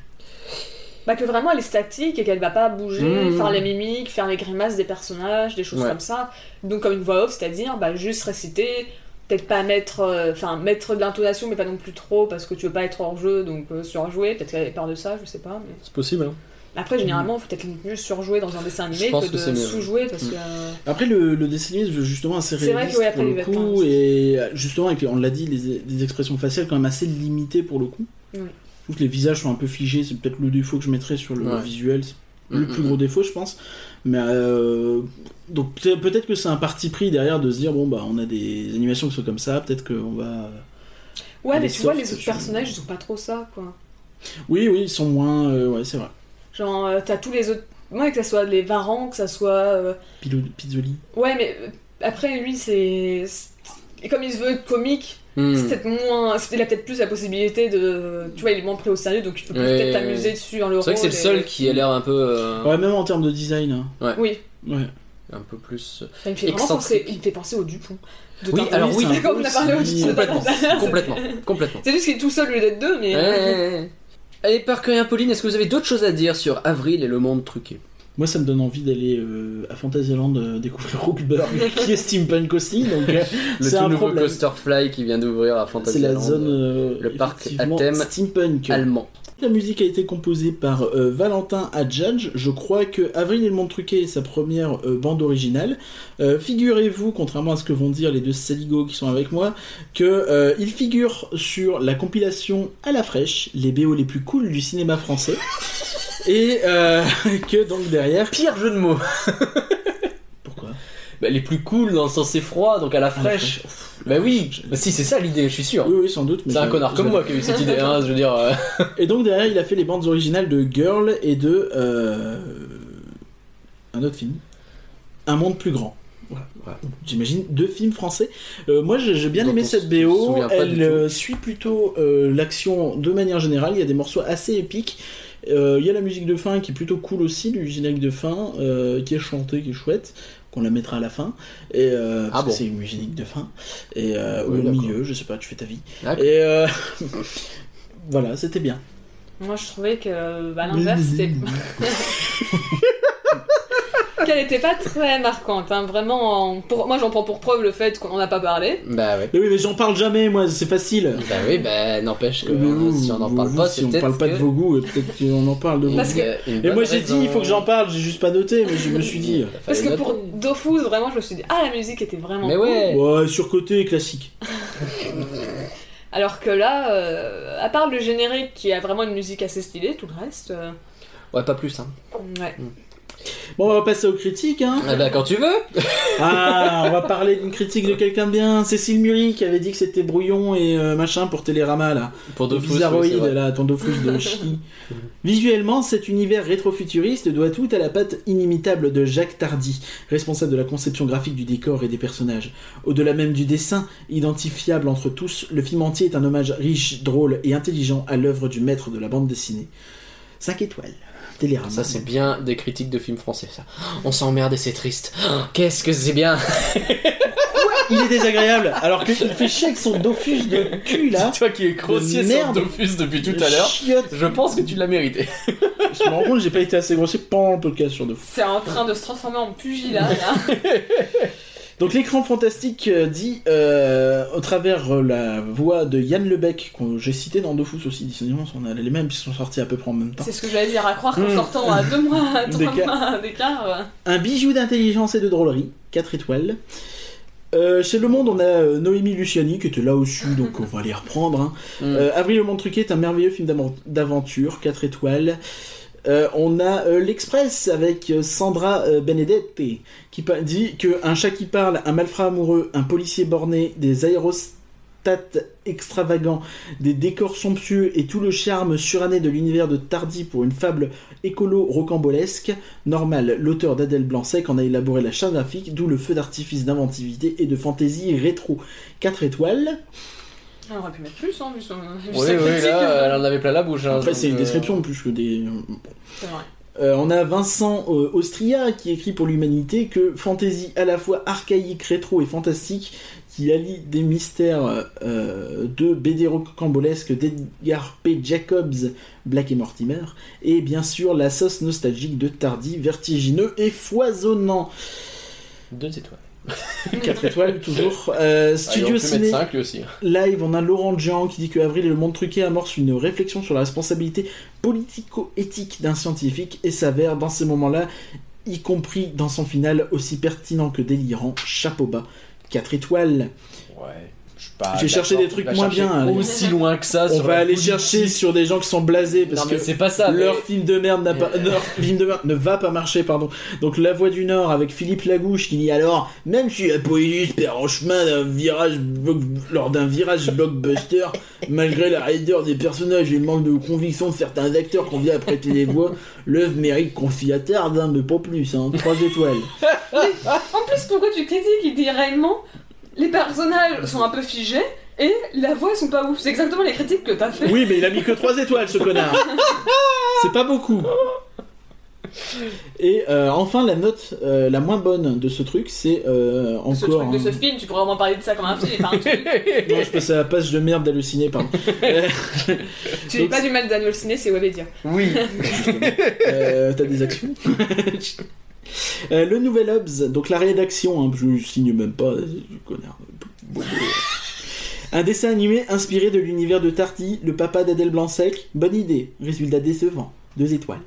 Bah que vraiment elle est statique et qu'elle va pas bouger, Mmh. faire les mimiques, faire les grimaces des personnages, des choses Ouais. comme ça. Donc comme une voix off, c'est-à-dire bah, juste réciter, peut-être pas mettre, euh, enfin mettre de l'intonation mais pas non plus trop parce que tu veux pas être hors jeu donc euh, surjouer, peut-être qu'elle avait peur de ça, je sais pas. mais- C'est possible, hein. Après généralement faut peut-être mieux surjouer dans un dessin Je animé pense que, que c'est de mieux. sous-jouer parce Mmh. que... euh, Après le, le dessin animé, justement assez C'est vrai réaliste que, ouais, après, pour il va le être coup réaliste. et euh, justement avec les- on l'a dit les, les expressions faciales quand même assez limitées pour le coup. Oui. Je trouve que les visages sont un peu figés, c'est peut-être le défaut que je mettrais sur le Ouais. visuel, c'est Mm, le plus mm. gros défaut je pense. Mais euh, donc peut- peut-être que c'est un parti pris derrière de se dire bon bah on a des animations qui sont comme ça, peut-être qu'on va Ouais Elle mais est tu vois soft les autres sur- personnages ils ont pas trop ça quoi. Oui, oui, ils sont moins. euh, ouais, c'est vrai. Genre euh, t'as tous les autres... Moi que ça soit les varans, que ça soit... euh, Pilou- Pizzoli. Ouais, mais euh, après, lui, c'est. c'est- Comme il se veut être comique, Hmm. C'est peut-être moins. c'est- Il a peut-être plus la possibilité de. Tu vois, il est moins pris au sérieux, donc tu peux Ouais, peut-être ouais, t'amuser ouais. dessus en le C'est vrai que c'est le rôle et- seul qui a l'air un peu, euh, Ouais, même en termes de design. hein. Oui, Ouais. un peu plus euh, ça me fait vraiment Excentrique. penser. Il me fait penser au Dupont. De Oui, Tintin. alors oui, c'est un comme peu on a parlé au aussi- Dupont. complètement, C'est- complètement, complètement. C'est juste qu'il est tout seul au lieu d'être deux, mais. Ouais, ouais, ouais. Allez, Parker et Apolline, est-ce que vous avez d'autres choses à dire sur Avril et le monde truqué Moi, ça me donne envie d'aller euh, à Fantasyland euh, découvrir Rookburg, qui est steampunk aussi. Donc, euh, Le c'est tout un nouveau problème. Coasterfly qui vient d'ouvrir à C'est Fantasyland. la zone, euh, le parc à effectivement, thème steampunk. euh, allemand. La musique a été composée par euh, Valentin Adjadj. Je crois que Avril et le Monde Truqué est sa première euh, bande originale. Euh, Figurez-vous, contrairement à ce que vont dire les deux saligots qui sont avec moi, que euh, il figure sur la compilation à la fraîche, les BO les plus cools du cinéma français. Et euh, que donc derrière. Pire jeu de mots Pourquoi bah, Les plus cool dans le sens c'est froid, donc à la fraîche. bah oui, bah, si, c'est ça l'idée, je suis sûr. Oui, oui, sans doute. mais C'est un je- connard je- comme moi qui a eu cette idée, hein, je veux dire. euh. Et donc derrière, il a fait les bandes originales de Girl et de. euh, un autre film. Un monde plus grand. Voilà. Voilà. J'imagine deux films français. Euh, moi, j'ai j'ai bien Dont aimé on cette se BO. souvient pas du Elle tout. euh, suit plutôt euh, l'action de manière générale. Il y a des morceaux assez épiques. Euh, Il y a la musique de fin qui est plutôt cool aussi, du générique de fin, euh, qui est chantée, qui est chouette, qu'on la mettra à la fin. Et, euh, Ah parce que bon. c'est une générique de fin. Et, euh, Oui, au d'accord. milieu, je sais pas, tu fais ta vie. D'accord. Et euh, voilà, c'était bien. Moi, je trouvais que, bah, à l'inverse, c'était. Qu'elle n'était pas très marquante, hein. vraiment. en- Pour... Moi, j'en prends pour preuve le fait qu'on n'en a pas parlé. Bah ouais. Mais oui, mais j'en parle jamais, moi, c'est facile. Bah oui, bah n'empêche que Mais vous, si on n'en vous, parle vous, pas, c'est si on peut-être parle pas de que- vos goûts, et peut-être qu'on en parle de vos Parce goûts. que- Et moi j'ai dit, il faut que j'en parle, j'ai juste pas noté, mais je me suis dit. Parce que pour Dofus, vraiment, je me suis dit, ah, la musique était vraiment Mais cool. ouais Ouais, surcoté et classique. Alors que là, euh, à part le générique qui a vraiment une musique assez stylée, tout le reste. euh, Ouais, pas plus, hein. Ouais. Bon, on va passer aux critiques, hein. Ah bah quand tu veux Ah, on va parler d'une critique de quelqu'un de bien. Cécile Mully qui avait dit que c'était brouillon et euh, machin pour Télérama, là. Pour de Dofus, oui, c'est vrai. là, ton Dofus de chi. Visuellement, cet univers rétrofuturiste doit tout à la patte inimitable de Jacques Tardy, responsable de la conception graphique du décor et des personnages. Au-delà même du dessin, identifiable entre tous, le film entier est un hommage riche, drôle et intelligent à l'œuvre du maître de la bande dessinée. 5 étoiles. Télérama. Ça c'est bien des critiques de films français, ça. On s'emmerde et c'est triste. Qu'est-ce que c'est bien Il est désagréable, alors qu'il fait chier avec son Dofus de cul, là. Toi qui es grossier grossier sur sur Merde. Dofus depuis tout à l'heure, Chiotte. je pense que tu l'as mérité. Je me rends compte, j'ai pas été assez grossier pendant le podcast sur Dofus. C'est en train de se transformer en pugilat, là. Donc l'écran fantastique euh, dit, euh, au travers euh, la voix de Yann Lebec, que j'ai cité dans Dofus aussi, décidément, on a les mêmes qui sont sortis à peu près en même temps. C'est ce que j'allais dire, à croire qu'en Mm. sortant à deux mois, à trois D'écart. mois d'écart. euh, Un bijou d'intelligence et de drôlerie, 4 étoiles. Euh, chez Le Monde, on a euh, Noémie Luciani qui était là aussi, donc on va les reprendre. hein. Euh, Avril le Monde Truqué est un merveilleux film d'amo- d'aventure, 4 étoiles. Euh, on a euh, L'Express avec euh, Sandra euh, Benedette qui pa- dit qu'un chat qui parle, un malfrat amoureux, un policier borné, des aérostats extravagants, des décors somptueux et tout le charme suranné de l'univers de Tardy pour une fable écolo rocambolesque. Normal, l'auteur d'Adèle Blanc-Sec en a élaboré la charte graphique, d'où le feu d'artifice d'inventivité et de fantaisie rétro. 4 étoiles. On aurait pu mettre plus, hein, vu son. vu Oui, sa oui, critique. euh, là, elle en avait plein la bouche. hein, Après, donc, c'est une euh, description plus que des. C'est vrai. Euh, on a Vincent euh, Austria qui écrit pour l'humanité que fantaisie à la fois archaïque, rétro et fantastique qui allie des mystères euh, de BD rocambolesque d'Edgar P. Jacobs, Black et Mortimer, et bien sûr la sauce nostalgique de Tardy, vertigineux et foisonnant. Deux étoiles. 4 étoiles toujours. Euh, Ah, il studio aurait pu mettre Ciné cinq, lui aussi. Live, on a Laurent Jean qui dit que Avril et le monde truqué amorce une réflexion sur la responsabilité politico-éthique d'un scientifique et s'avère dans ces moments-là, y compris dans son final aussi pertinent que délirant, chapeau bas. 4 étoiles. Ouais. Je suis pas Je vais chercher d'accord, des trucs on va moins chercher bien, allez. Aussi loin que ça. On Ah, sur la va aller politique. chercher sur des gens qui sont blasés parce Non, que mais c'est pas ça. mais- leur film de merde n'a pas, Euh. leur film de merde ne va pas marcher, pardon. Donc La Voix du Nord avec Philippe Lagouche qui dit alors, même si la poésie se perd en chemin d'un virage bloc- lors d'un virage blockbuster, malgré la raideur des personnages et le manque de conviction de certains acteurs qu'on vient à prêter des voix, l'œuvre mérite qu'on s'y attarde, hein, mais pas plus, hein. 3 étoiles. En plus, pourquoi tu critiques Il dit réellement les personnages sont un peu figés, Et la voix, elles sont pas ouf. C'est exactement les critiques que t'as fait. Oui, mais il a mis que 3 étoiles, ce connard. C'est pas beaucoup. Et euh, enfin, la note euh, la moins bonne de ce truc, c'est euh, encore. Ce truc de hein. ce film, tu pourrais au moins parler de ça comme un film. Enfin, tu Non, je passe à la page de merde d'halluciner, pardon. Euh, tu dis pas du mal d'Annual Ciné, c'est Webédia. Oui. euh, T'as des actions Euh, le nouvel Hobbs, donc la rédaction, hein, je signe même pas, euh, connard. Un dessin animé inspiré de l'univers de Tarty, le papa d'Adèle Blanc-Sec. Bonne idée, résultat décevant. Deux étoiles.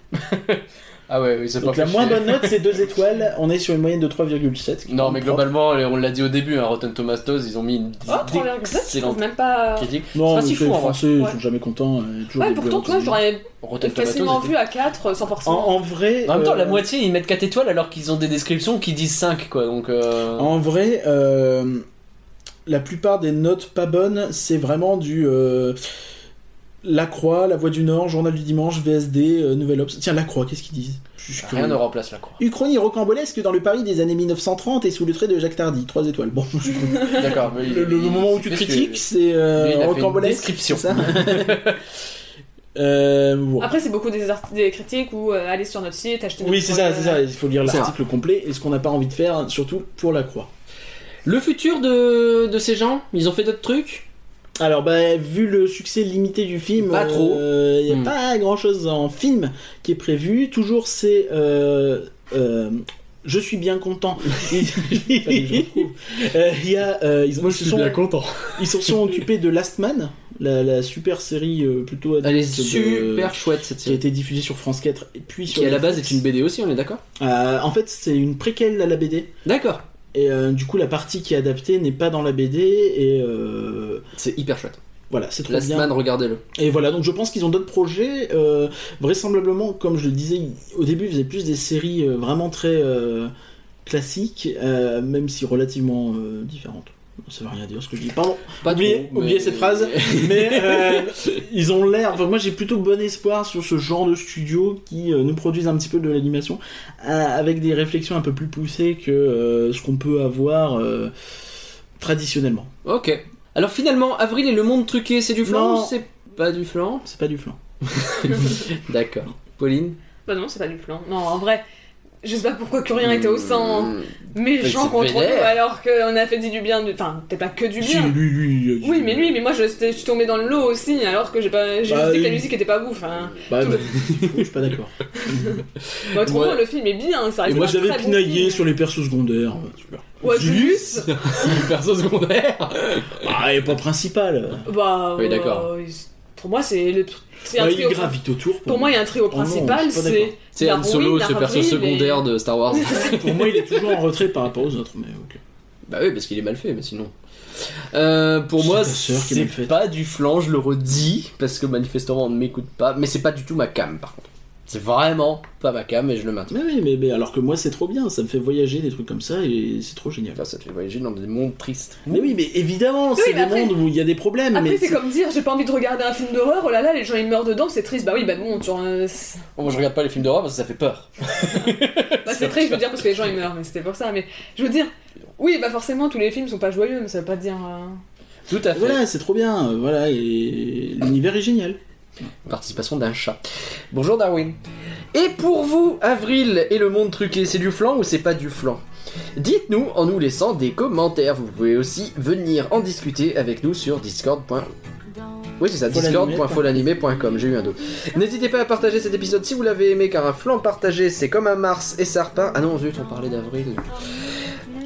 Ah ouais, oui, c'est pas Donc la fait moins chier. bonne note, c'est deux étoiles. On est sur une moyenne de 3,7. qui Non, est mais propre. globalement, on l'a dit au début, hein, Rotten Tomatoes, ils ont mis une Oh, 3,7, je trouve excellente. même pas. critique. Non, pas mais si fou, c'est en vrai. français, ils Ouais. sont jamais contents. euh, toujours Ouais, des pourtant, blagues. toi, j'aurais Rotten facilement Tomatoes. vu à 4 sans En, forcément. en vrai. En même temps, euh, la moitié ils mettent 4 étoiles alors qu'ils ont des descriptions qui disent 5 quoi donc. euh, En vrai, euh, la plupart des notes pas bonnes, c'est vraiment du euh, La Croix, La Voix du Nord, Journal du Dimanche, VSD, euh, Nouvelle Obs. Tiens, La Croix, qu'est-ce qu'ils disent Je suis Rien curieux. ne remplace la croix. Uchronie rocambolesque dans le Paris des années 1930 et sous le trait de Jacques Tardy. 3 étoiles. Bon, je trouve. D'accord. mais il- Le, le il- moment où tu parce que- critiques, c'est lui, il a fait euh, une rocambolesque. description. c'est ça Euh, bon. Après, c'est beaucoup des, art- des critiques ou euh, aller sur notre site, acheter Oui, notre- c'est ça, c'est ça. Il faut lire C'est l'article complet et ce qu'on n'a pas envie de faire, surtout pour la croix. Le futur de, de ces gens, ils ont fait d'autres trucs Alors, bah, vu le succès limité du film, Pas trop. euh, y a Hmm. pas grand chose en film qui est prévu. Toujours, c'est. euh, euh, je suis bien content. Il Fallait que je retrouve. Euh, y a, euh, ils, ils se sont, content. ils se sont occupés de Last Man, la, la super série euh, plutôt Elle est adulte de- super chouette cette qui a série. été diffusée sur France 4 et puis Qui sur à la Netflix. base est une BD aussi, on est d'accord Euh, en fait, c'est une préquelle à la BD. D'accord. Et euh, du coup, la partie qui est adaptée n'est pas dans la BD. Et euh, C'est hyper chouette. voilà, c'est trop Last bien. Man, regardez-le. Et voilà, donc je pense qu'ils ont d'autres projets. euh, vraisemblablement, comme je le disais au début, ils faisaient plus des séries euh, vraiment très euh, classiques, euh, même si relativement euh, différentes. Ça veut rien dire ce que je dis. Pardon. Pas oubliez, trop, mais- oubliez cette phrase. Mais euh, ils ont l'air. Enfin, moi, j'ai plutôt bon espoir sur ce genre de studio qui euh, nous produisent un petit peu de l'animation euh, avec des réflexions un peu plus poussées que euh, ce qu'on peut avoir euh, traditionnellement. Ok. Alors finalement, Avril et le monde truqué, c'est du flan Non. ou c'est pas du flan C'est pas du flan. D'accord. Pauline Bah non, c'est pas du plan. Non, en vrai, je sais pas pourquoi Curien était au sang Mmh. méchant c'est contre nous vénère. alors qu'on a fait dit du bien. du- Enfin, peut-être pas que du Si, bien. lui, lui, euh, Oui, mais lui, mais moi je, je suis tombée dans le lot aussi alors que j'ai pas. J'ai Bah, juste dit que la il- musique était pas ouf. Hein. Bah, bah, je suis pas d'accord. Bah, autrement, Ouais. le film est bien. Ah, Ça Et reste moi un j'avais très bon pinaillé film. sur les persos secondaires. euh, Super. Ouais, Julius Perso secondaire Ah, et pas principal. Bah. Oui, d'accord. euh, pour moi, c'est le. C'est un Ouais, trio. il gravite autour. Pour moi, il y a un trio Oh non, je suis principal, pas c'est. d'accord. C'est Han Darwin, Solo, ce Darwin, perso et- secondaire de Star Wars. pour moi, il est toujours en retrait par rapport aux autres. Mais ok. Bah oui, parce qu'il est mal fait, mais sinon. Euh, pour C'est moi, ta sœur qui est c'est mal faite. pas du flan, je le redis, parce que manifestement on ne m'écoute pas, mais c'est pas du tout ma cam par contre. C'est vraiment pas ma cam et je le maintiens. Mais oui, mais, mais alors que moi, c'est trop bien. Ça me fait voyager des trucs comme ça et c'est trop génial. Enfin, ça te fait voyager dans des mondes tristes. Mais oui, mais évidemment, c'est mais des après- mondes où il y a des problèmes. mais Après, c'est c'est- comme dire, j'ai pas envie de regarder un film d'horreur, oh là là, les gens ils meurent dedans, c'est triste. Bah oui, bah bon, tu. euh, c'est- Oh, moi je regarde pas les films d'horreur parce que ça fait peur. Bah, c'est triste, je veux dire, parce que les gens ils meurent, mais c'était pour ça. Mais je veux dire, oui, bah forcément, tous les films sont pas joyeux, mais ça veut pas dire. euh, Tout à fait. Voilà, c'est trop bien. euh, Voilà, et l'univers est génial. Participation d'un chat. Bonjour Darwin. Et pour vous, Avril et le monde truqué, c'est du flan ou c'est pas du flan Dites-nous en nous laissant des commentaires. Vous pouvez aussi venir en discuter avec nous sur discord. Oui, c'est ça, discord.folanimé.com. J'ai eu un dos. N'hésitez pas à partager cet épisode si vous l'avez aimé, car un flan partagé, c'est comme un Mars et ça repart. Ah non, zut, on parlait d'Avril.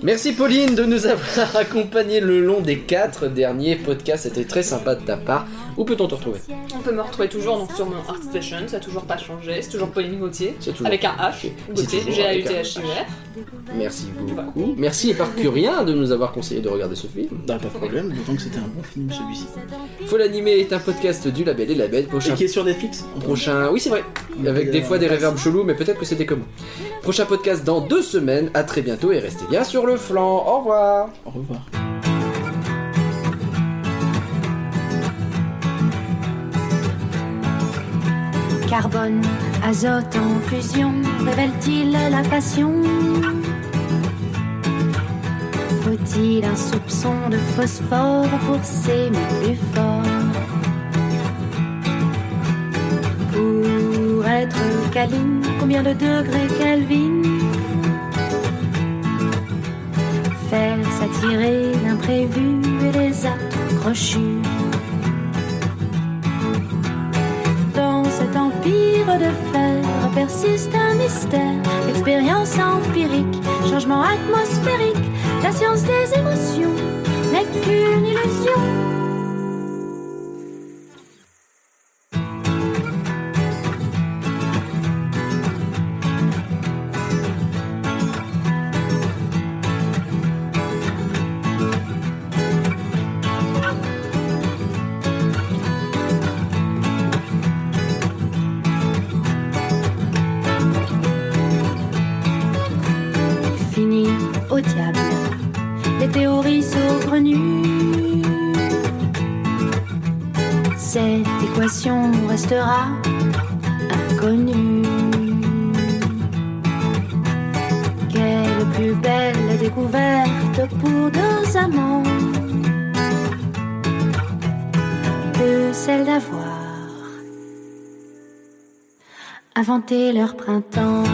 Merci Pauline de nous avoir accompagnés le long des quatre derniers podcasts. C'était très sympa de ta part. Où peut-on te retrouver On peut me retrouver toujours donc, sur mon Art Station, ça a toujours pas changé, c'est toujours Pauline Gauthier, C'est toujours avec un H, C'est Gauthier, toujours g a u avec t un h i E r Merci beaucoup. Merci Éparcurien de nous avoir conseillé de regarder ce film. Ah, pas de problème, d'autant que c'était un bon film celui-ci. Faut l'animer est un podcast du label et la bête Et prochain. qui est sur Netflix en prochain. Prochain, oui c'est vrai, avec des fois des réverbes chelous, mais peut-être que c'était commun. Prochain podcast dans deux semaines, à très bientôt et restez bien sur le flanc. Au revoir. Au revoir. Carbone, azote en fusion, révèle-t-il la passion Faut-il un soupçon de phosphore pour s'aimer plus fort Pour être câline, combien de degrés Kelvin Faire s'attirer l'imprévu et les accrochus Dans cet empire de fer persiste un mystère, l'expérience empirique, changement atmosphérique, la science des émotions n'est qu'une illusion. Fini au diable les théories saugrenues. Cette équation restera inconnue. Quelle plus belle découverte pour deux amants que celle d'avoir inventé leur printemps.